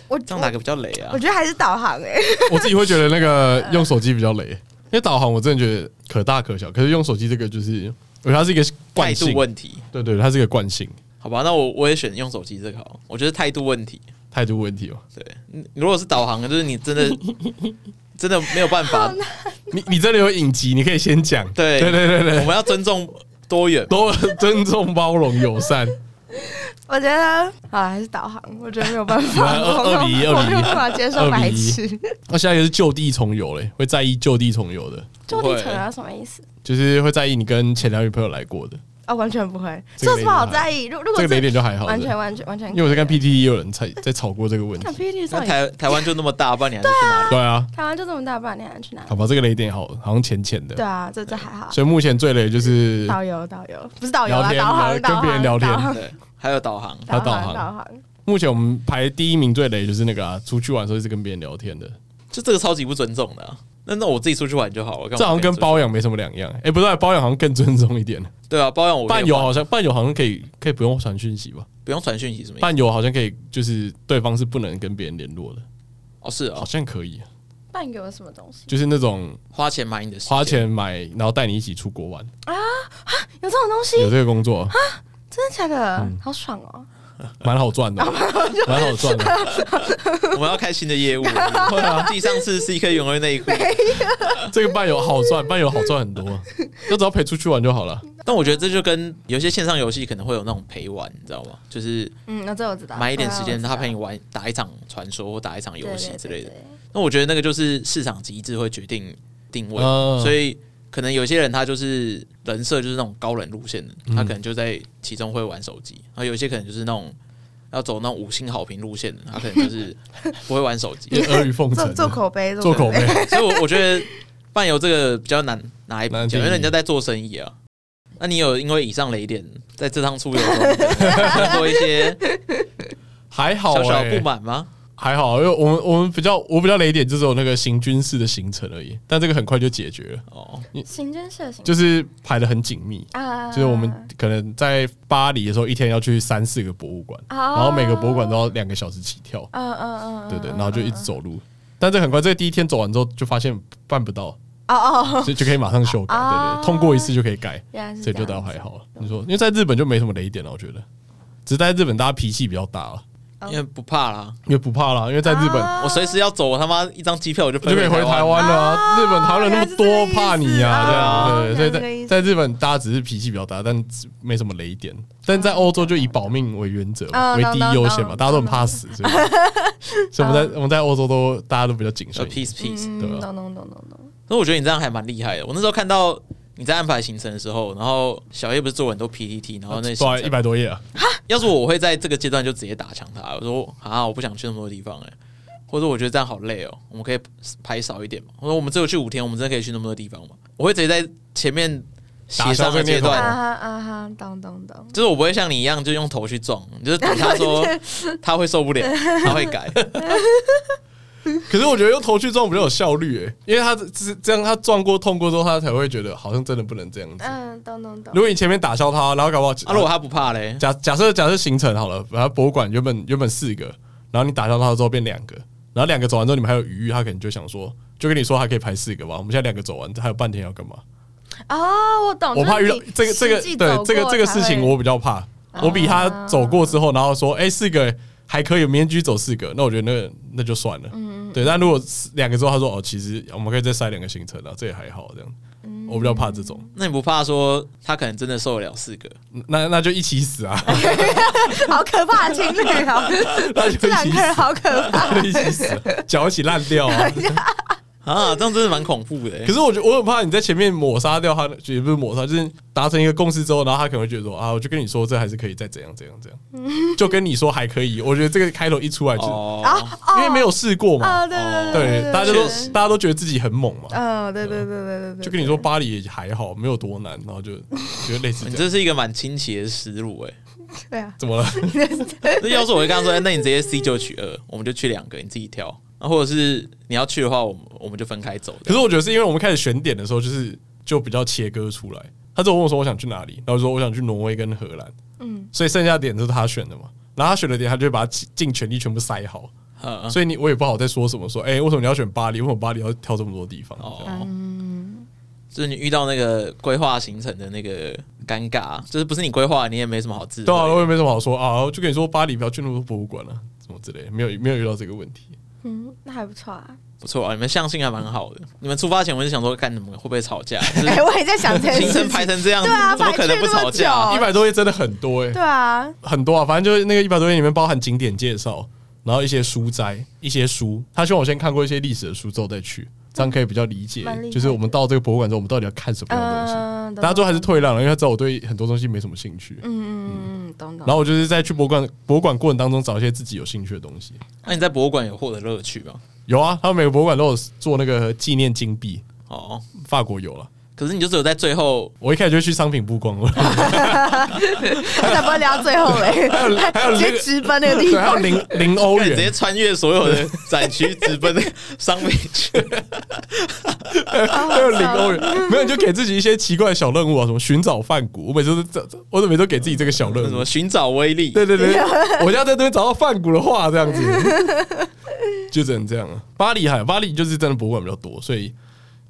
我这样哪个比较雷啊我？觉得还是导航哎、我自己会觉得那个用手机比较雷，因为导航我真的觉得可大可小，可是用手机这个就是，我觉得它是一个惯态度性，问题，对对，它是一个惯性，好吧？那我我也选用手机这个好了，我觉得态度问题。态度问题哦。对，嗯如果是导航，就是你真的 真的没有办法，你你真的有隐疾，你可以先讲，对对对对我对，们要尊重多元。多尊重、包容、友善。我觉得啊，还是导航，我觉得没有办法， 二我没有二比一二比一我没有办法接受白痴。 那下一个是就地重游嘞，会在意就地重游的，就地成啊，什么意思？就是会在意你跟前男女朋友来过的，啊，完全不会，这个这是好在意。如如这果个雷是点就还好完全的。完全完全，因为我在看 PTT E 也有人在在吵过这个问题看，PPT E 那上台台台湾就那么大，不然你还是去哪里？对啊，台湾就这么大，不然你还去哪？好吧，这个雷点好好像浅浅对的，啊，这这还好。所以目前最雷就是导游导游不是导游聊啦，天导 聊航跟别人啊聊天导航对，还有导航。还有导导航航导航。目前我们排第一名最雷就是那个啊，出去玩的时候一直跟别人聊天的，就这个超级不尊重的啊、那那我自己出去玩就好了，干嘛这好像跟出去包养没什么两样。哎、不对，包养好像更尊重一点。对啊，包养我可以伴友换好像伴友好像可以可以不用传讯息吧？不用传讯息什么意思？伴友好像可以，就是对方是不能跟别人联络的，哦是好哦，像可以，啊伴游什么东西？就是那种花钱买你的时间 花钱买，然后带你一起出国玩。有这种东西有，嗯这个工作真的假的？好爽哦！蛮好 赚的，蛮好赚的。我们要开新的业务了， 对啊，地上是 CK 永乐内裤，这个伴游好赚，伴游好赚很多，就只要陪出去玩就好了。但我觉得这就跟有些线上游戏可能会有那种陪玩，你知道吗？就是嗯，那这我知道。买一点时间，对他陪你我玩打一场传说或打一场知道游戏之类。啊对对的对。对那我觉得那个就是市场机制会决定定位，嗯所以可能有些人他就是人设就是那种高冷路线的，嗯他可能就在其中会玩手机；然后有些可能就是那种要走那种五星好评路线的，他可能就是 不会玩手机。也阿谀奉做承，啊做口碑，做口碑。所以我，我觉得伴游这个比较难拿一比难较，因为定人义家在做生意啊。那你有因为以上雷点，在这趟出游中做一些还好小小哎、不满吗？还好，因为我们我们比较我比较雷点就是有那个行军式的行程而已，但这个很快就解决了，哦，行政社行就是排的很紧密。啊，就是我们可能在巴黎的时候，一天要去三四个博物馆，然然后每个博物馆都要两个小时起跳，嗯嗯哦嗯，对对，然后就一直走路。但这个很快，这个第一天走完之后就发现办不到，哦哦，就就可以马上修改，对啊对，通过一次就可以改，原来是所以就这倒样子还好。你说，因为在日本就没什么雷点了，我觉得，只是在日本大家脾气比较大了，哦因为不怕啦，因为不怕啦，因为在日本啊我随时要走，我他妈一张机票我就我就可以回台湾。湾了啊。日本台湾人那么多，怕你啊，原来是对啊，这个对，意所以思在在日本大家只是脾气比较大，但没什么雷点。但在欧洲就以保命为原则嘛，嗯为第一优先嘛，懂懂懂大家都很怕死， 所以所以我们在我们在欧洲都大家都比较谨呃慎。 ，peace peace。嗯，对吧懂懂懂懂懂，所以我觉得你这样还蛮厉害的。我那时候看到你在安排行程的时候，然后小叶不是做很多 PPT，然后那对啊，一行程百多页啊，要是我我会在这个阶段就直接打枪他，我说啊，我不想去那么多地方哎、或者我觉得这样好累哦，我们可以排少一点嘛。我说我们只有去五天，我们真的可以去那么多地方吗？我会直接在前面协商的阶打消这个念头啊段。哈啊哈，懂懂懂，就是我不会像你一样就用头去撞，你就是赌他说他会受不了，他会改。 可是我觉得用头去撞比较有效率诶，因为他只这样他撞过痛过之后，他才会觉得好像真的不能这样子。嗯，懂懂懂如，果你前面打消他，然后搞不好啊，如果他不怕嘞，假假设假设行程好了，然后博物馆原本原本四个，然后你打消它之后变两个，然后两个走完之后你们还有余裕，他可能就想说，就跟你说还可以排四个吧，我们现在两个走完还有半天要干嘛？哦，我懂，我怕遇到这个这个对这个这个事情我比较怕，我比他走过之后，然后说哎、四个还可以，明天继续走四个，那我觉得那个那就算了，对。但如果四两个之后他说哦，其实我们可以再塞两个行程啊，这也还好这样，我比较怕这种，那你不怕说他可能真的受得了四个？那那就一起死啊， 好可怕的情侣哦，那就这一两起个人死，好可 怕，那就一起死，脚一起烂掉啊。啊，这样真的蛮恐怖的欸、 可是我觉得我很怕你在前面抹杀掉他的，也不是抹杀，就是达成一个共识之后，然后他可能会觉得说啊，我就跟你说这还是可以再怎样怎样 怎样，就跟你说还可以。我觉得这个开头一出来就，哦，因为没有试过嘛，啊，对对哦对，大家都确实哦大家都觉得自己很猛嘛，嗯，对对对对对对，就跟你说巴黎也还好，没有多难，然后就觉得类似 你这这样，是一个蛮清奇的思路哎、对啊，怎么 了？那要是我会跟他说，哎那你直接 C 九取二，我们就去两个，你自己挑。啊、或者是你要去的话，我们我们就分开走。可是我觉得是因为我们开始选点的时候，就是就比较切割出来。他就问我说我想去哪里，然后我说我想去挪威跟荷兰，嗯，所以剩下的点都是他选的嘛。然后他选的点，他就会把它尽尽全力全部塞好。啊嗯所以你我也不好再说什么，说哎、为什么你要选巴黎？为什么巴黎要挑这么多地方？哦，哦，嗯就是你遇到那个规划行程的那个尴尬，就是不是你规划，你也没什么好自对啊，责。我也没什么好说啊，就跟你说巴黎不要去那么多博物馆了、啊，什么之类的，没有没有遇到这个问题。嗯，那还不错啊。不错啊，你们相信还蛮好的。你们出发前我就想说，看你们会不会吵架？就是哎，我也在想这件行 事程情。排成这样，对啊怎么可能不吵架？一哦百多页真的很多哎、对啊，很多啊，反正就是那个一百多页里面包含景点介绍，然后一些书摘、一些书。他希望我先看过一些历史的书之后再去，这样可以比较理解蛮厉害，的就是我们到这个博物馆之后，我们到底要看什么样的东西。嗯，大家最后还是懂，退让了，因为他知道我对很多东西没什么兴趣。嗯嗯嗯，懂懂。然后我就是在去博物馆博物馆过程当中找一些自己有兴趣的东西。那你在博物馆有获得乐趣吗？有啊，他们每个博物馆都有做那个纪念金币，哦，法国有了。可是你就只有在最后我一开始就去商品部逛了， 我才不会聊到最后嘞，还 有 还有那个去直奔那个地对，还有 方，零零欧干直接元，穿越所有的展区，直奔商品 区。还有零欧元，没有你就给自己一些奇怪的小任务啊，什么寻找饭谷，我每次都这，我每次都给自己这个小任什 么务。寻找威力？对 对对，我要在这边找到饭谷的话，这样子就只能这样了。巴黎还有巴黎就是真的博物馆比较多，所以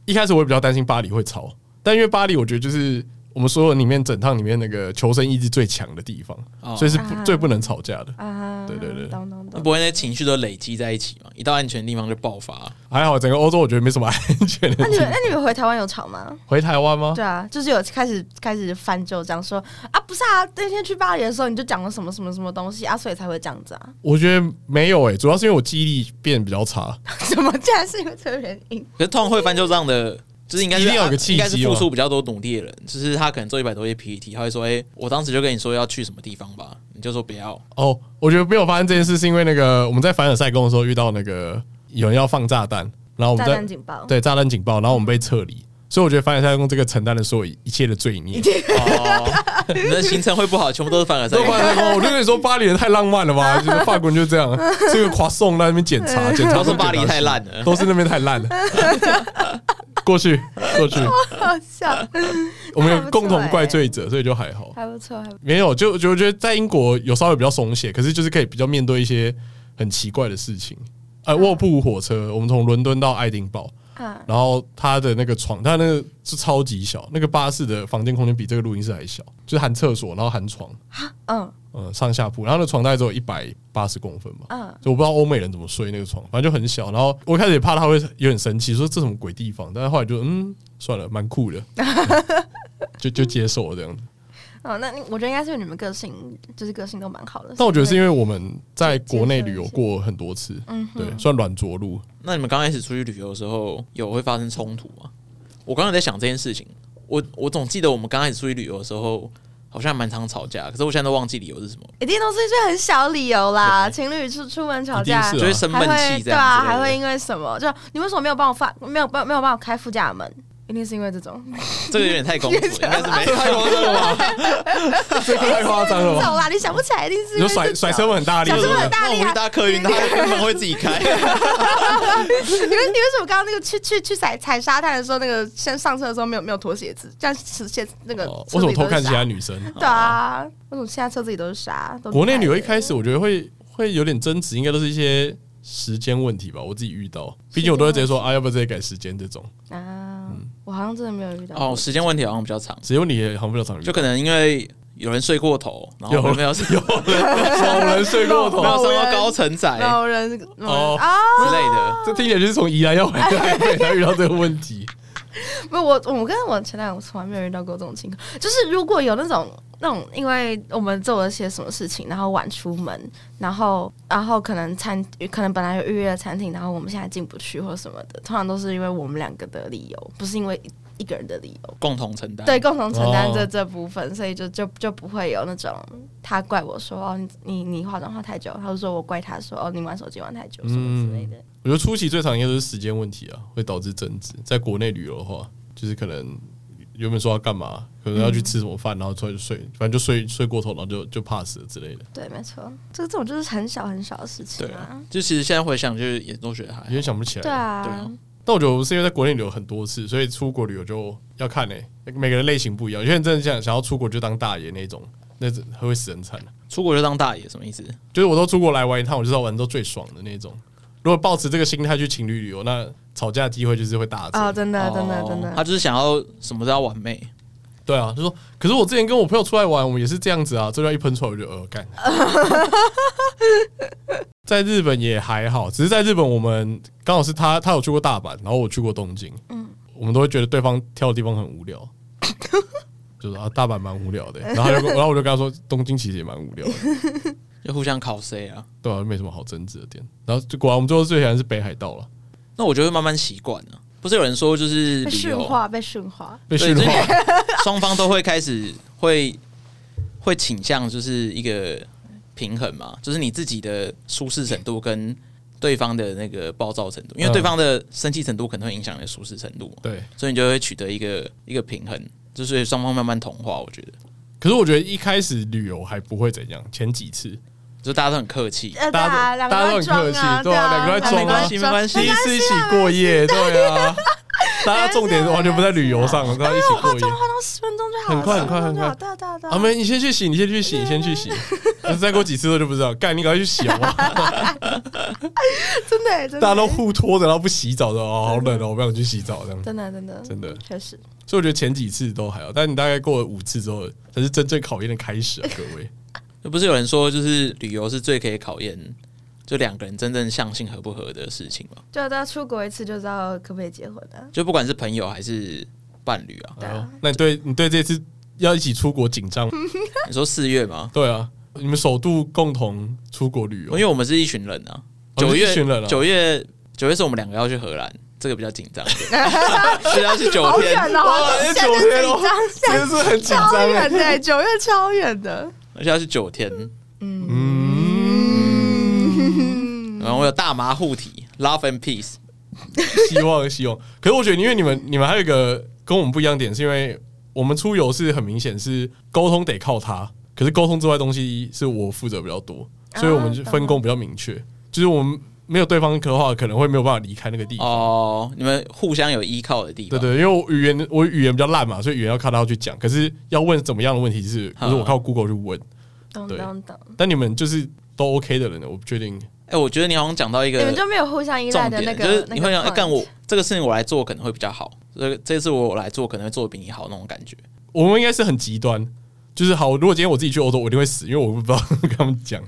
一开始我也比较担心巴黎会吵，但因为巴黎我觉得就是我们所有里面整趟里面那个求生意志最强的地方，哦所以是不啊最不能吵架的。 啊，对对对懂懂那懂。不会那情绪都累积在一起嘛？一到安全的地方就爆发，还好整个欧洲我觉得没什么安全 的那。你们那你们回台湾有吵吗？回台湾吗？对啊，就是有开始开始翻旧账，说啊，不是啊，那天去巴黎的时候你就讲了什么什么什么东西啊，所以才会这样子啊？ 我觉得没有欸诶、主要是因为我记忆力变得比较差。怎么竟然是因为这个原因？可是通常会翻旧账的，就是应该是一定要有个契机应嘛该是付出比较多努力的人，就是他可能做一百多页 PPT，他会说：“哎、我当时就跟你说要去什么地方吧，你就说不 要。哦，我觉得没有发生这件事是因为那个我们在凡尔赛宫的时候遇到那个有人要放炸弹，然哦后我们炸在弹警报，对炸弹警报，然后我们被撤离，所以我觉得凡尔赛宫这个承担了所有一切的罪 孽。”哦，你们的行程会不好，全部都是凡尔赛都。凡尔赛宫，我就跟你说，巴黎人太浪漫了 吧？就是法国人就这样，这个夸送在那边检查，检查都是巴黎太烂了，都是那边太 烂了。过去，过去，好笑，我们有共欸同怪罪者，所以就还好。还不错，还不错。没有，就就我觉得在英国有稍微比较松懈，可是就是可以比较面对一些很奇怪的事情。呃，卧铺火车，我们从伦敦到爱丁堡，啊，然后它的那个床，它那个是超级小，那个巴士的房间空间比这个录音室还小，就是含厕所，然后含床，嗯嗯，上下铺，然后那床大概只有一百八十公分吧，嗯，就我不知道欧美人怎么睡那个床，反正就很小。然后我一开始也怕他会有点生气，说这什么鬼地方，但是后来就嗯算了，蛮酷的，就就接受了这样子。哦，那你我觉得应该是你们个性，就是个性都蛮好的。但我觉得是因为我们在国内旅游过很多次，嗯哼对，算软着陆。那你们刚开始出去旅游的时候，有会发生冲突吗？我刚刚在想这件事情，我我总记得我们刚开始出去旅游的时候，好像蛮常吵架，可是我现在都忘记理由是什么。一定都是一些很小理由啦，情侣出出门吵架一定是啊就会生闷还会气这对样啊，之类的还会因为什么？就你为什么没有帮我发，没有帮没有帮我开副驾的门？一定是因为这种，这个有点太公主了，应该是没 这太夸张了吧？这个太夸张了吧？走啦！你想不起来，一定是哎你因为说这甩种甩 车门很大力，小是时不候是很？大那我力们啊去！搭客运，他根本会自己开。 你为你为什么刚刚那个去去去踩踩沙滩的时候，那个先上车的时候没有没有脱鞋子，这样是鞋那个哦车为什子么里偷都是看其沙他女生？哦对啊，为什么现在车子里都是沙？都是国内旅游一白的开始，我觉得会会有点争执，应该都是一些时间问题吧。我自己遇到，毕竟我都会直接说啊，要不要直接改时间这种。啊，嗯我好像真的没有遇到哦，过时间问题好像比较长，只有你也好像比较常遇就到，可能因为有人睡过头，然后有我们没有有有人睡过头没。有上到高层仔老人哦哦啊，之类的。这听起来就是从宜兰要回 来，才遇到这个问题。不，我我跟我前男友从来没有遇到过这种情况，就是如果有那种那种，因为我们做了些什么事情，然后晚出门，然后然后可能餐可能本来有预约的餐厅，然后我们现在进不去或什么的，通常都是因为我们两个的理由，不是因为一一个人的理由。共同承担。对，，共同承担这哦这部分，所以就就就不会有那种他怪我说哦你你你化妆化太久，他就说我怪他说哦你玩手机玩太久什么之类的。我觉得初期最常应该都是时间问题啊，会导致争执。在国内旅游的话，就是可能原本说要干嘛，可能要去吃什么饭，然后突然就睡，反正就睡睡过头，然后就就 pass 了之类的，对，没错，这这种就是很小很小的事情对啊。就其实现在回想，就是也都觉得还好有点想不起来。对对啊啊，但我觉得我是因为在国内旅游很多次，所以出国旅游就要看呢、每个人类型不一样。有些人真的想想要出国就当大爷那种，那真的会死人惨。出国就当大爷什么意思？就是我都出国来玩一趟，我就知道玩到最爽的那种。如果抱持这个心态去情侣旅游，那吵架机会就是会大增。啊、真的真的哦真的他，就是想要什么都要完美，对啊，就说，可是我之前跟我朋友出来玩，我们也是这样子啊，这段一喷出来我就呃干。 在日本也还好，只是在日本我们刚好是他他有去过大阪，然后我去过东京，嗯，我们都会觉得对方挑的地方很无聊，就是啊大阪蛮无聊的，然后他就跟然后我就跟他说东京其实也蛮无聊的，就互相 cos 啊。对啊，没什么好争执的点。然后就果然我们最后最喜欢是北海道了，那我觉得慢慢习惯了。不是有人说就是被旅驯游，化被驯化，被对驯就是化，双方都会开始会会倾向就是一个平衡嘛，就是你自己的舒适程度跟对方的那个暴躁程度，因为嗯对方的生气程度可能会影响你的舒适程度嘛，对。所以你就会取得一个一个平衡，就是双方慢慢同化。我觉得，可是我觉得一开始旅游还不会怎样，前几次就大家都很客气，呃，对大家都啊，两大家个都人很装客气啊，对啊两个人两啊装没关系装没关系第没一关次一起过夜，对啊，大家重 啊点完全不在旅游上，大家一起过夜。化妆十分钟就好了，很快10分钟就很快好很快对啊对啊对阿啊。妹，你先去洗，你先去洗，你先去洗。再过几次我就不知道，干你赶快去洗哦 好吗？ 真的欸真的欸，大家都互拖着，然后不洗澡的，哦，好冷哦，我不想去洗澡这样。真的真的真的确实，所以我觉得前几次都还好，但你大概过了五次之后，才是真正考验的开始啊，各位。那不是有人说，就是旅游是最可以考验就两个人真正相信合不合的事情嘛？就大家出国一次就知道可不可以结婚 了。就不管是朋友还是伴侣啊。 对哎呦啊，嗯那你对你对这次要一起出国紧张吗？你说四月 吗？对啊，你们首度共同出国旅因游，为我们是一群人啊，哦九你是月一群人啊九月九月是我们两个要去荷兰，这个比较紧 张，是要去九好天，远哦，哇现在就九天哦紧真张，现在的是很紧张超哎远。的，九月超远的。而且要去九天，嗯，然后我有大麻护体，Love and Peace，希望希望。可是我觉得，因为你们你们还有一个跟我们不一样点，是因为我们出游是很明显是沟通得靠他，可是沟通之外的东西是我负责比较多，所以我们就啊分工比较明确。就是我们没有对方的话，可能会没有办法离开那嗯个地方。哦，啊你们互相有依靠的地方，对对，因为我语言我语言比较烂嘛，所以语言要靠他去讲。可是要问怎么样的问题是，不是我靠 Google 去问？懂对懂懂。但你们就是都 OK 的人了，我不确定。哎、我觉得你好像讲到一个你们就没有互相依重赖的那点，个，就是你会那想，个哎 point 干、我这个事情我来做可能会比较好，这这次我来做可能会做的比你好那种感觉。我们应该是很极端，就是好，如果今天我自己去欧洲，我一定会死，因为我不知道跟他们 讲，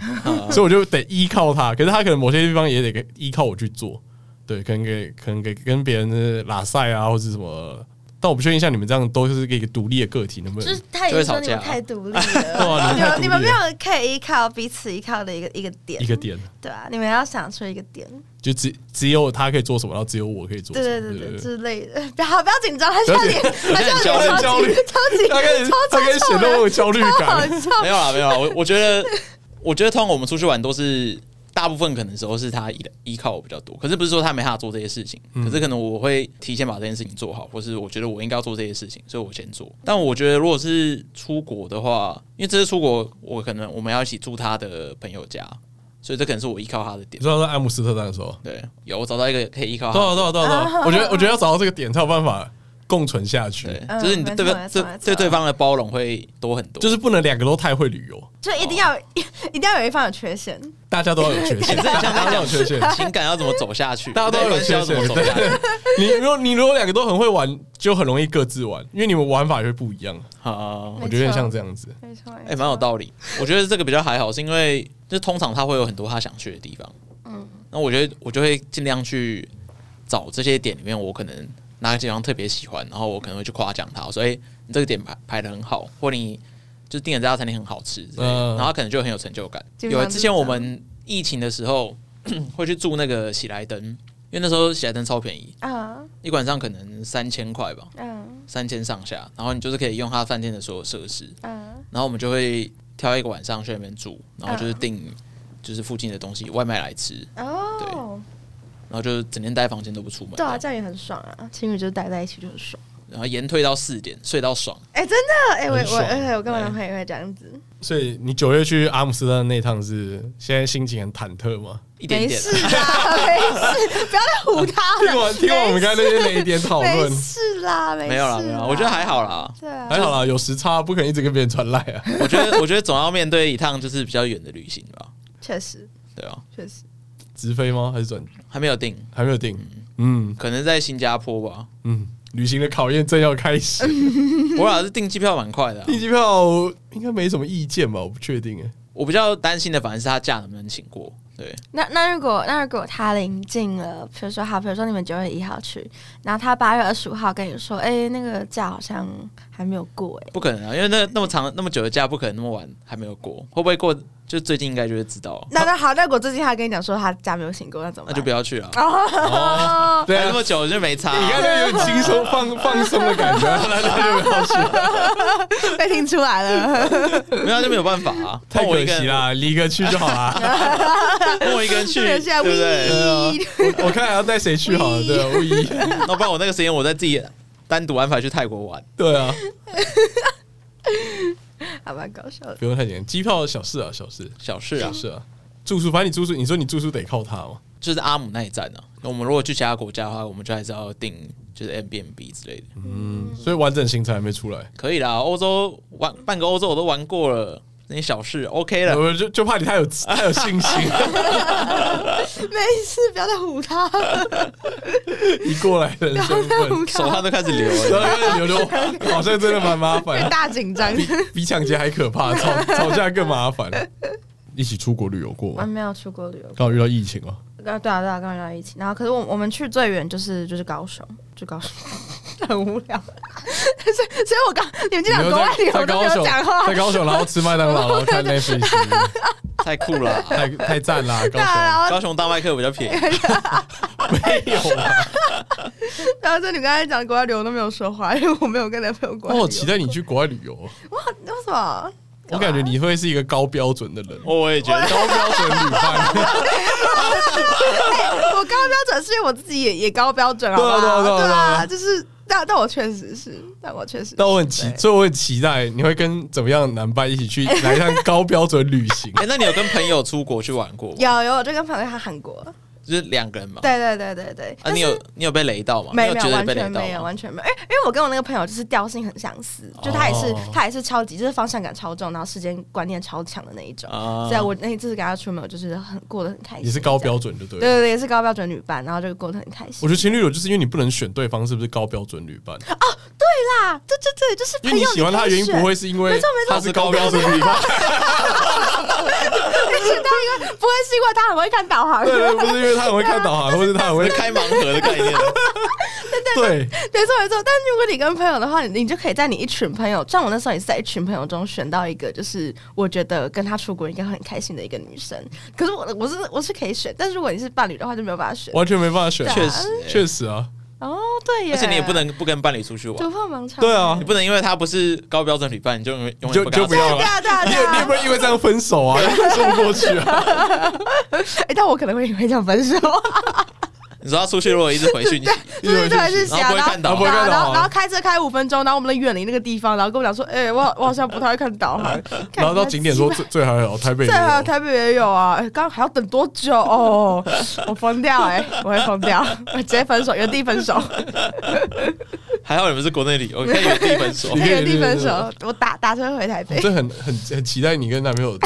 所以我就得依靠他。可是他可能某些地方也得给依靠我去做，对，可能给可能给跟别人的拉塞啊，或者什么。但我不确定像你们这样都是一个独立的个体，能不就能？ 是他已就会经吵说你架们太独立对啊了，你们太独立了你们你们没有可以依靠彼此依靠的一个一个点一，个点，对啊，你们要想出一个点，就只只有他可以做什么，然后只有我可以做什对么。对对对对之类的。 不要不要紧张，他笑脸，他有点笑脸焦超虑级超级他开始超他开始显得我有焦虑超好 感。笑。 没有啦，没有啦，我我觉得，我觉得通常我们出去玩都是大部分可能时候是他依依靠我比较多，可是不是说他没办法做这些事情，嗯可是可能我会提前把这件事情做好，或是我觉得我应该要做这些事情，所以我先做。但我觉得如果是出国的话，因为这次出国，我可能我们要一起住他的朋友家，所以这可能是我依靠他的你点知。道在阿姆斯特丹的时候，对，有我找到一个可以依靠他的多少多少多少多少？啊啊我觉得我觉得要找到这个点才有办法共存下去，对，嗯就是你没对错没对错没错对对方的包容会多很多，啊就是不能两个都太会旅游。就一定要一定要有一方有缺陷，大家都要有缺陷，你这很像在 大家都讲有缺陷。情感要怎么走下去，大家都啊有关系要缺怎么陷走下去。你如果你如果两个都很会玩，就很容易各自玩，因为你们玩法也会不一样。好，哦我觉得有点像这样子，没错，哎、蛮有道理。我觉得这个比较还好，是因为就通常他会有很多他想去的地方。嗯，那我觉得我就会尽量去找这些点里面，我可能哪个地方特别喜欢，然后我可能会去夸奖他，我说：“哎、你这个点排排的很好，或你就订了这家餐厅很好吃之类的。嗯然后他可能就很有成就感。基本上有就是之前我这样们疫情的时候会去住那个喜来登，因为那时候喜来登超便宜，啊一晚上可能三千块吧，嗯三千上下，然后你就是可以用他饭店的所有设施。嗯然后我们就会挑一个晚上去那边住，然后就是订嗯就是附近的东西外卖来吃，哦，然后就是整天待在房间都不出门，对啊，这样也很爽啊，情侣就待在一起就很爽。然后延退到四点睡到爽，哎，真的，哎，我很我爽哎我跟我男朋友也会这样子，所以你九月去阿姆斯特丹那趟是现在心情很忐忑 吗？一点没点啊事 啦，没事，不要再唬他了。听完听完我们刚才那些雷点讨论没，事啦，没没有啦，没有啦，我觉得还好啦。对啊，还好啦，有时差，不可能一直跟别人传赖啊。我觉得我觉 得总要面对一趟就是比较远的旅行吧，确实对啊，确实，直飞吗？还是转？还没有定，还没有定。嗯可能在新加坡吧。嗯，旅行的考验正要开 始。嗯我老是啊订机票蛮快的啊、订机票应该没什么意见吧？我不确定哎。我比较担心的反而是他假能不能请过，对，那那如果那如果他临近了，比如说好，比如说你们九月一号去，然后他八月二十五号跟你说，哎、那个假好像还没有过、哎，不可能啊，因为那那么长那么久的假不可能那么晚还没有过，会不会过？就最近应该就会知道啊，那那好，那如果最近他跟你讲说他假没有请过，那怎么那办？就不要去啊了。哦，对还啊那，么久就没差、你看那有点轻松放放松的 感觉，那那就不要去了。 被听出来 了，没有就没有办法啊，太换我可一个惜人，啦，离个去就好啦。换我一个人去，不对能下不对？我我看还要带谁去好了，对啊，无疑，那不然我那个时间我再自己单独安排去泰国玩，对啊，还蛮搞笑的。不用太紧张，机票小事啊，小事，小事啊小，事啊。住宿，反正你住宿，你说你住宿得靠他嘛，就是阿姆那一站啊。那我们如果去其他国家的话，我们就还是要订就是 M B M B 之类的，嗯所以完整行程还没出来。可以啦。欧洲玩半个欧洲我都玩过了，那些小事 OK 了。我就就怕你太有太有信 心，没事，不要再唬 他了，你过来人不要身再份，唬手他汗了，都开始流了，然后开始流流，好像真的蛮麻烦，大紧 张。比比抢劫还可怕，吵吵架更麻烦。一起出国旅游过嗯啊，吗？没有出国旅游，刚好遇到疫情啊，刚对啊对啊，刚刚聊到一起，然后可是我我们去最远就是就是高雄，就 高雄，很无聊，所以，所以我刚你们你这没两个有国外在旅游在都没高雄，有讲话在，高雄，然后吃麦当劳，然后看 Netflix，太酷了啊。太太赞啦！高对啊，雄然后高雄大麦克比较便宜，没有啊，然后就你刚才讲国外旅游都没有说话，因为我没有跟男朋友过。哦我好期待你去国外旅游哦，为什么？我感觉你会是一个高标准的人，我也觉得。高标准旅伴。我高标准是因为我自己也也高标准，好不好？对啊对啊对啊对对啊啊，就是但但我确实是，但我确实 但我很期，所以我很期待你会跟怎么样的男伴一起去来一趟高标准旅行啊哎、那你有跟朋友出国去玩过吗？有有，我就跟朋友去韩国，哦就是两个人嘛。对对对对对，啊，你有你有被雷到吗？没有你没觉有得完被雷全到没有吗？完全没有，因为因为我跟我那个朋友就是调性很相似，就他也是、哦他也是超级就是方向感超重，然后时间观念超强的那一种，啊所以我那一次跟他出门我就是很过得很开心，你是高标准就对对了。对对，也是高标准女伴，然后就过得很开我心。觉得情侣友就是因为你不能选对方是不是高标准旅伴，啊，对对对，就是因朋为友你喜欢他的原因你可以不选会是因为没错没错他是高标准旅伴，你选到一个不会是因为他很会看导航，对对，不是因为他很会看导航，或是他很会开盲盒的概 念，啊对，没错没错，但如果你跟朋友的话，你你就可以在你一群朋友，像我那时候也是在一群朋友中选到一个，就是我觉得跟他出国应该会很开心的一个女生。可是我我是我是可以选，但是如果你是伴侣的话就没有办法选。完全没办法选，啊确实确实啊，哦，对耶，而且你也不能不跟伴侣出去玩，突破盲肠，对啊你，不能因为他不是高标准旅伴，你就永远永远就不跟就他不出去要对了。啊对啊你对也你也啊不。会因为这样分手啊，说不过去啊。哎，但我可能会因为这样分手，你说他出去如果一直回 讯息，因为对对是然后不会瞎，然后看导不会航，看然后导然航后然后开车开五分钟，然后我们的远离那个地方，然后跟我讲说，哎，我我好像不太会看导航， 然后到景点 说看最最还好，台北也 对啊，有台北也有啊。哎，刚还要等多久哦？ 我疯掉哎、我会疯掉， 我直接分手，原地分手，还好你们是国内旅游，可以原地分手 你。可以原地分手。我打打车回台我 北，真的很很很期待你跟男朋友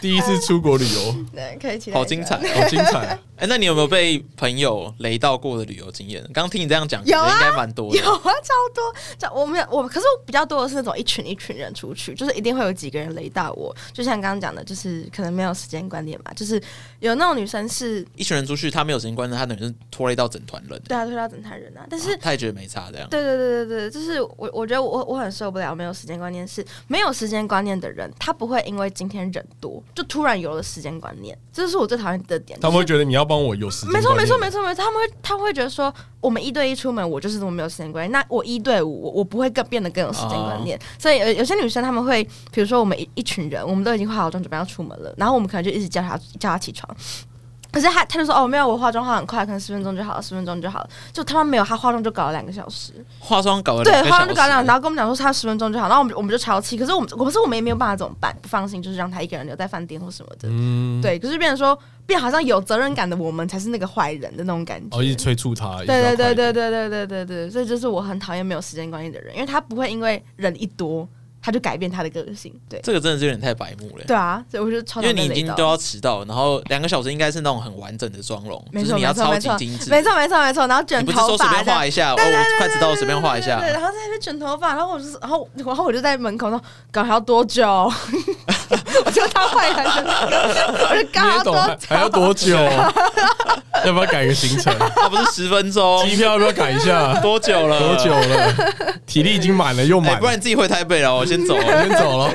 第一次出国旅游，对，可以期待。好精彩！！好精彩啊！哎、那你有没有被朋友雷到过的旅游经验？刚听你这样讲，有啊应该蛮多的有。啊，超多。这我没有，我可是我比较多的是那种一群一群人出去，就是一定会有几个人雷到我。就像刚刚讲的，就是可能没有时间观念嘛，就是有那种女生是一群人出去，他没有时间观察，他等于是拖累到整团人。对啊推到整台人啊，但是啊他也觉得没差这样。对对对对对，就是我我觉得我我很受不了没有时间观念是没有时间观念的人，他不会因为今天人多就突然有了时间观念，这是我最讨厌的点。他们会觉得你要帮我有时间没错观念，没错没错没错，他们会他们会觉得说，我们一对一出门，我就是这么没有时间观念。那我一对五，我我不会更变得更有时间观哦念。所以有有些女生她们会，比如说我们一一群人，我们都已经化好妆准备要出门了，然后我们可能就一直叫她叫她起床。可是她她就说哦没有我化妆化很快，可能十分钟就好了，十分钟就好了。就他妈没有，她化妆就搞了两个小时。化妆搞了对哦两，个化小妆时，就搞两，然后跟我们讲说差十分钟就好，然后我们就我们就超气，可是我们可是我们也没有办法怎么办，不放心就是让他一个人留在饭店或什么的，嗯，对，可是变成说变好像有责任感的我们才是那个坏人的那种感觉。哦，一直催促他，一直对要对对快点，对对对对对对，所以就是我很讨厌没有时间观念的人，因为他不会因为人一多他就改变他的个性，对这个真的是有点太白目了。对啊，所以我就超因讨为厌你已被经雷都到。要迟到，然后两个小时应该是那种很完整的妆容，没就是错你要没错超没级错精致，没错没错没错，然后你卷不是说头随发便这样画一下，哦，对对我对快迟到了，随便画一对下对，对然后在那边卷头发，然后我就是，然后然后我就在门口说，搞还要多久？我就当坏人的那个，我就搞你还也要懂多还久？还要多久？要不要改个行程？啊，不是十分 钟，机票要不要改一下？多久了？ 多久？了？体力已经满了又哎，满不然了，你自己回台北了，我先走我了。 先走了。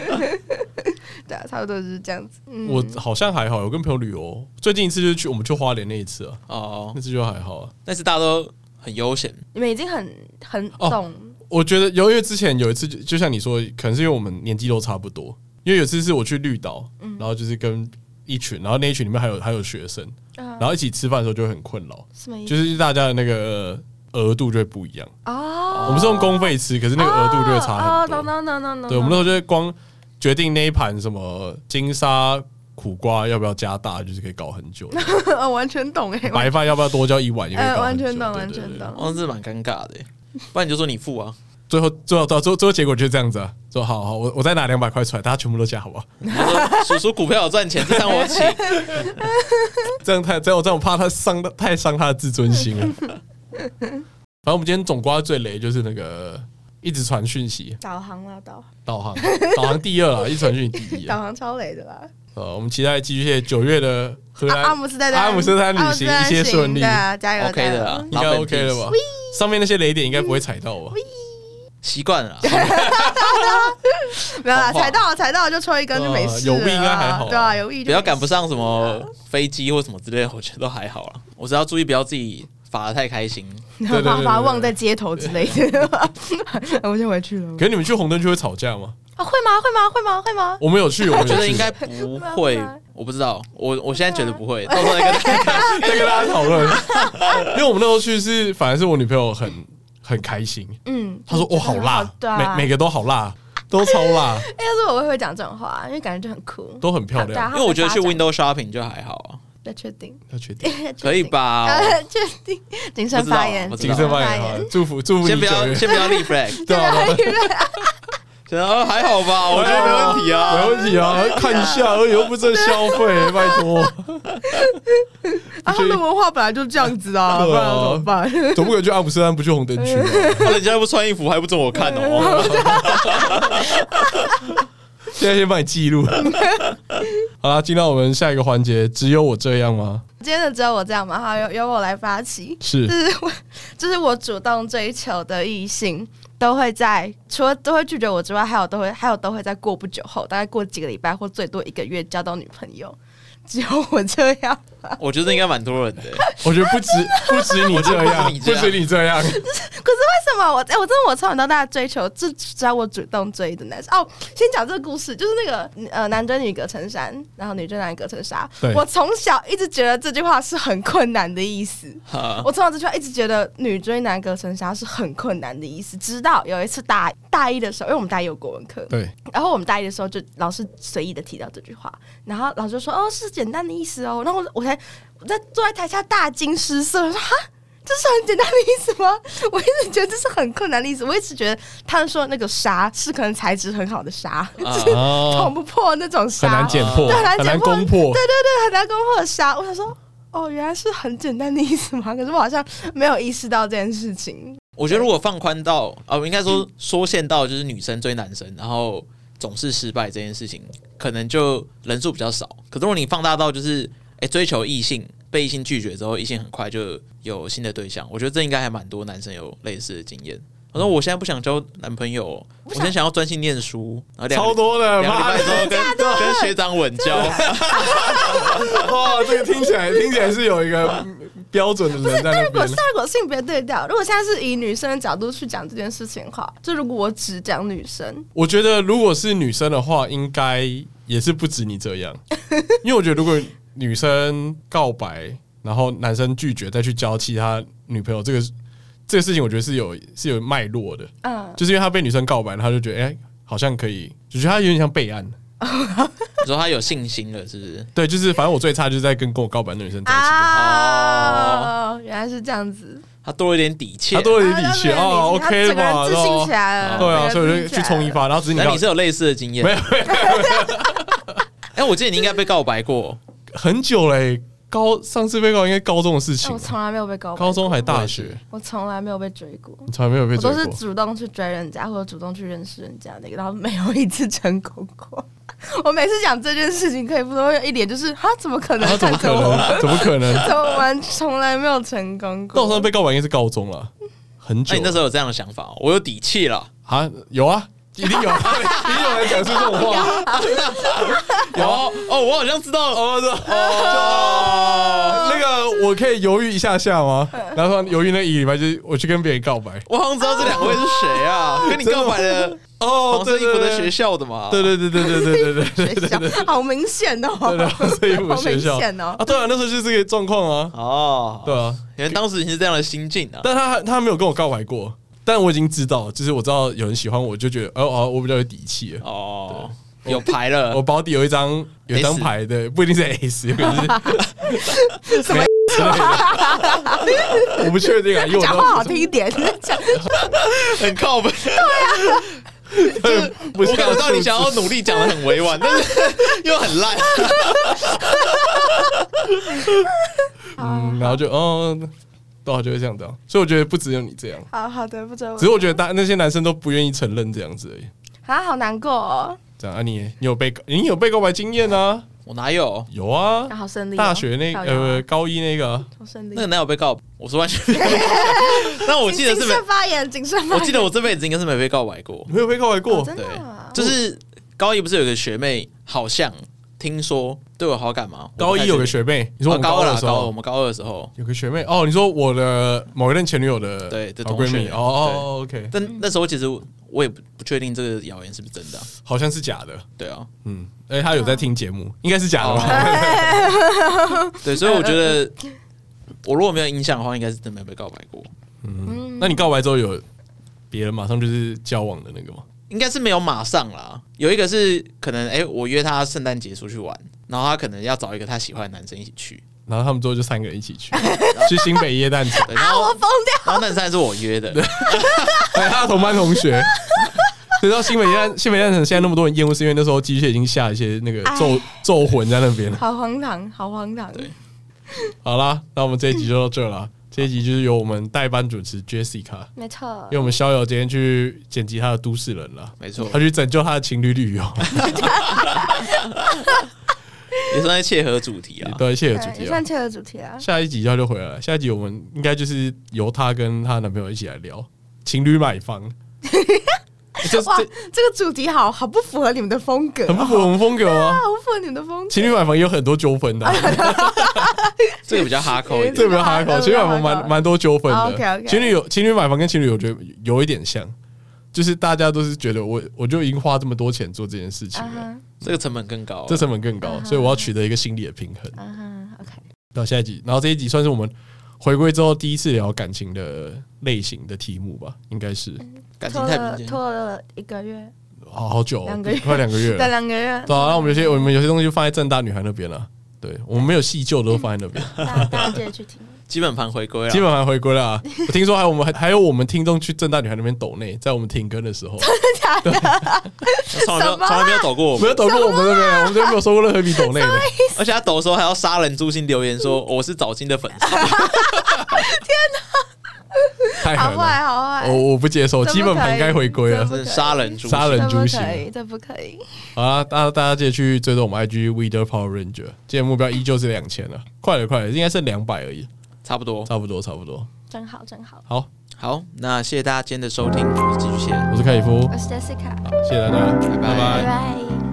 对啊，差不多就是这样子。嗯，我好像还好，有跟朋友旅游，最近一次就是去我们去花莲那一次啊，哦，那次就还好啊。但是大家都很悠闲，你们已经很很哦懂，我觉得由于之前有一次就，就像你说，可能是因为我们年纪都差不多，因为有一次是我去绿岛，然后就是跟一群，然后那一群里面还有还有学生，嗯然后一起吃饭的时候就会很困扰，什么意思？就是大家的那个额度就会不一样。哦，我们是用公费吃，可是那个额度就会差哦，很懂多。懂懂懂懂。对，我们那时候就是光决定那一盘什么金沙苦瓜要不要加大，就是可以搞很久。都 完全懂哎，白饭要不要多加一碗也可以呃搞完很久。全懂对完对全对懂。欸哦，这蛮尴尬的。不然你就说你付啊，最后最后到最后最后结果就是这样子啊，说好好，我我再拿两百块出来，大家全部都加好不好？他 说叔叔股票有赚钱，这让我请。这样太这样我这样我怕他伤到太伤他的自尊心了。反正我们今天总刮最雷就是那个一直传讯息导航啦，导导航，导航第二了，一直传讯息第一啊。导航超雷的啦。呃，我们期待继续谢九月的荷兰、阿姆斯特丹，阿姆斯特丹旅行一切顺利，对啊加油 OK 的加油啦，应老该粉 OK 了吧？上面那些雷点应该不会踩到吧？习惯了啦，啊没有啦，好话踩到了踩到了就抽一根就没事呃有了啦。病应该还好啊对啊，有病不要赶不上什么飞机或什么之类的，我觉得都还好啦。我只要注意不要自己发的太开心，对对对把对把对忘在街头之类的。我先回去了。可是你们去红灯区会吵架吗？啊，会吗？会吗？会吗？会吗？我们有去，我我们有觉得去应 该不不会然，我不知道，我我现在觉得不会，到时候再跟大家再跟大家讨论，因为我们那时候去是，反而是我女朋友很很开心，嗯，她说觉哇得好辣，对啊，每每个都好辣，都超辣，哎要是我也会讲这种话，因为感觉就很酷。都很漂对啊亮。因为我觉得去 window shopping 就还好啊，要确定，要确定， 可以 吧？确定，谨慎发言，不知谨道慎发言好， 祝福祝福先你不九要 月，先不要立 flag，对啊，对啊觉得哦还好 吧，我觉得没问题啊。没问题啊，看一下而已，又不是在消费，拜托。啊， 他们的文化本来就这样子啊，不对啊然要怎么办？总不可能去阿姆斯特丹不去红灯区吧？他人家不穿衣服还不准我看哦。现在先帮你记录。好啦，进到我们下一个环节，只有我这样吗？今天的只有我这样嘛，好，由由我来发起。是就是我， 就是我主动追求的异性，都会在除了都会拒绝我之外，还有都会还有都会在过不久后，大概过几个礼拜或最多一个月交到女朋友。只有我这样，我觉得应该蛮多人的，我觉得不止不止你这样， 我不觉得不止你这样止你这样，为什么我？哎、我真的我从小到大追求，就只要我主动追的男生。哦，先讲这个故事，就是那个呃，男追女隔层山，然后女追男隔层纱对。我从小一直觉得这句话是很困难的意思。哈我从小这句话一直觉得女追男隔层纱是很困难的意思，直到有一次大大一的时候，因为我们大一有国文课，对，然后我们大一的时候就老师随意的提到这句话，然后老师就说哦是简单的意思哦，然后我我才我在坐在台下大惊失色，我说哈。这是很简单的意思吗？ 我一直觉得这是很困难的意思，我一直觉得他们说那个纱是可能材质很好的纱，就是捅啊哦，不破那种纱，很难解剪破，对 很难很难剪破攻破对，对对，很难攻破纱。我想说，哦，原来是很简单的意思 嘛，可是我好像没有意识到这件事情。我觉得如果放宽到啊，我应该说缩限到就是女生追男生，然后总是失败这件事情，可能就人数比较少。可是如果你放大到就是哎、追求异性被异性拒绝之后，异性很快就有新的对象，我觉得这应该还蛮多男生有类似的经验。我说我现在不想交男朋友，我现在想要专心念书，然后两超多的，两个礼拜妈之后跟跟学长稳交， 哇，哦这个听起来听起来是有一个标准的人在那如果边是，如果性别对调，如果现在是以女生的角度去讲这件事情的话，就如果我只讲女生，我觉得如果是女生的话，应该也是不止你这 样，因为我觉得如果女生告白，然后男生拒绝，再去交其他女朋友，这个这个事情，我觉得是有是有脉络的，嗯，就是因为他被女生告白，他就觉得哎、好像可以，就觉得他有点像备案。你说他有信心了是不是？对，就是反正我最差就是在跟跟我告白的女生在一起，啊，原来是这样子，他多了一点底气他。多了一点啊底气哦他，OK 了整个吧？人自信起来了，对啊，所以我就整个人自信去起来冲一发，然后只是你那告你是有类似的经验？没有有。 哎，我记得你应该被告白过，很久嘞、高上次被告应该高中的事了。哎情我，从来没有被告白过，高中还大学，我从来没有被追过。你从来没有被我追都是过。主动去追人家，或者主动去认识人家的，然后没有一次成功过。我每次讲这件事情，客服都会一脸就是哈，怎么可能？啊，怎么看着可我，能？怎么可能？怎么完从来没有成功那我上过次？被告白应该是高中了，很久那你那时候有这样的想法哦？我有底气了，啊，有啊，一定有，一定有人讲出这种话。有哦，我好像知道了。啊哦，是哦，那个我可以犹豫一下下吗？然后说犹豫那一个礼拜，就是我去跟别人告白。我好像知道这两位是谁 啊？跟你告白的哦黄色衣服的学校，校的嘛？对对对对对对对对对学校好明显哦，对对，黄色衣服的好学明校显哦啊，对啊，那时候就是这个状况啊，哦，对，啊。原来当时你是这样的心境啊。但他他没有跟我告白过，但我已经知道，就是我知道有人喜欢我，就觉得哦哦，我比较有底气了。哦，有牌了我，保底有一张有一张 S 牌，对，不一定是 S，有可能是之什么类的， 我不确定啊，因为我讲当话好时听一点，讲很靠北。不是我感觉到你想要努力讲的很委婉，但是 又很烂。 嗯，然后就哦，多少就会这样子啊，所以我觉得不只有你这样，好好的，不准我只是我觉得大那些男生都不愿意承认这样子而已。啊，好难过哦，这样啊你，你有被告你有被告白经验啊？我哪有？有啊啊，，好顺利哦，大学那漂亮呃哦高一那个啊，好顺利那个。男友被告，我是完全没有。 那我记得是谨没慎，发言，谨慎发 我言。记得我这辈子应该是没被告白过你。没有被告白过哦，真的对啊，就是高一不是有个学妹，好像听说对我有好感吗？高一有个学妹，你说啊我们高二啦的时高二我候们高二的时候，有个学妹哦，你说我的某一任前女友的对的好同闺蜜学哦哦，OK，嗯但那时候其实我也不不确定这个谣言是不是真的啊、好像是假的，对 啊，嗯，哎，她有在听节哦目，应该是假的吧？对，所以我觉得我如果没有印象的话，应该是真没有被告白过，嗯， 那你告白之后有别人马上就是交往的那个吗？应该是没有马上啦。有一个是可能，哎、我约他圣诞节出去玩，然后他可能要找一个他喜欢的男生一起去，然后他们之后就三个人一起 去去新北耶诞城，对然啊后、我疯掉，然后那三是我约 的，哎，他的同班同学。你知道新北耶诞新北耶诞城现在那么多人厌恶，是因为那时候机械已经下一些那个咒咒魂在那边了。好荒唐，好荒唐。好啦，那我们这一集就到这啦。这一集就是由我们代班主持 Jessica，没错因为，我们逍遥今天去剪辑他的都市人了，没错他，去拯救他的情侣旅游，也算是切合主题 啊。对，谢谢主对题也了算。切合主题啊啦。下一集他就回来了，下一集我们应该就是由她跟她男朋友一起来聊情侣买房，这哇这，这个主题好好不符合你们的风格，很不符合我们风格啊。好不符合你们的风格。情侣买房也有很多纠纷的啊、这个比较哈扣一 这点，个比较还好。情侣买房蛮蛮多纠纷哦的。 ，OK，OK 情侣有情侣买房跟情侣，我觉得有一点像，就是大家都是觉得我我就已经花这么多钱做这件事啊情了，这个成本更高啊。这成本更高，所以我要取得一个心理的平衡。啊哈，OK，到下一集，然后这一集算是我们回归之后第一次聊感情的类型的题目吧，应该是感情拖太了民间，拖了一个月，好好久哦、两个月快两个月 了对，。两个 人对啊，那我们有些我们有些东西就放在正大女孩那边了。对，我们没有细究的都放在那边，大家大家记得去 听。基本盘回归基了。本上回归了、啊。我听说还有我们还还有我们听众去正大女孩那边抖内，在我们停更的时候，从来没有从来没有走过我没 们，有抖过我们那边，我们这边没有收过任何一笔抖内的。而且他抖的时候还要杀人诛心留言说我是早金的粉丝， 啊太狠好了，坏好坏，我我不接受，怎么基本盘该回归了可以。真是杀人诛杀人这诛不心可以，这不可以。好啦，大家大家记得去追踪我们 IG Weeder Power Ranger，今天目标依旧是两千了，啊快了快了，应该剩两百而已，差不多。差不多差不多。真好，真好。好，好，那谢谢大家今天的收听，我是寄居蟹，我是凯里夫，我是 Jessica，谢谢大家，拜拜拜拜。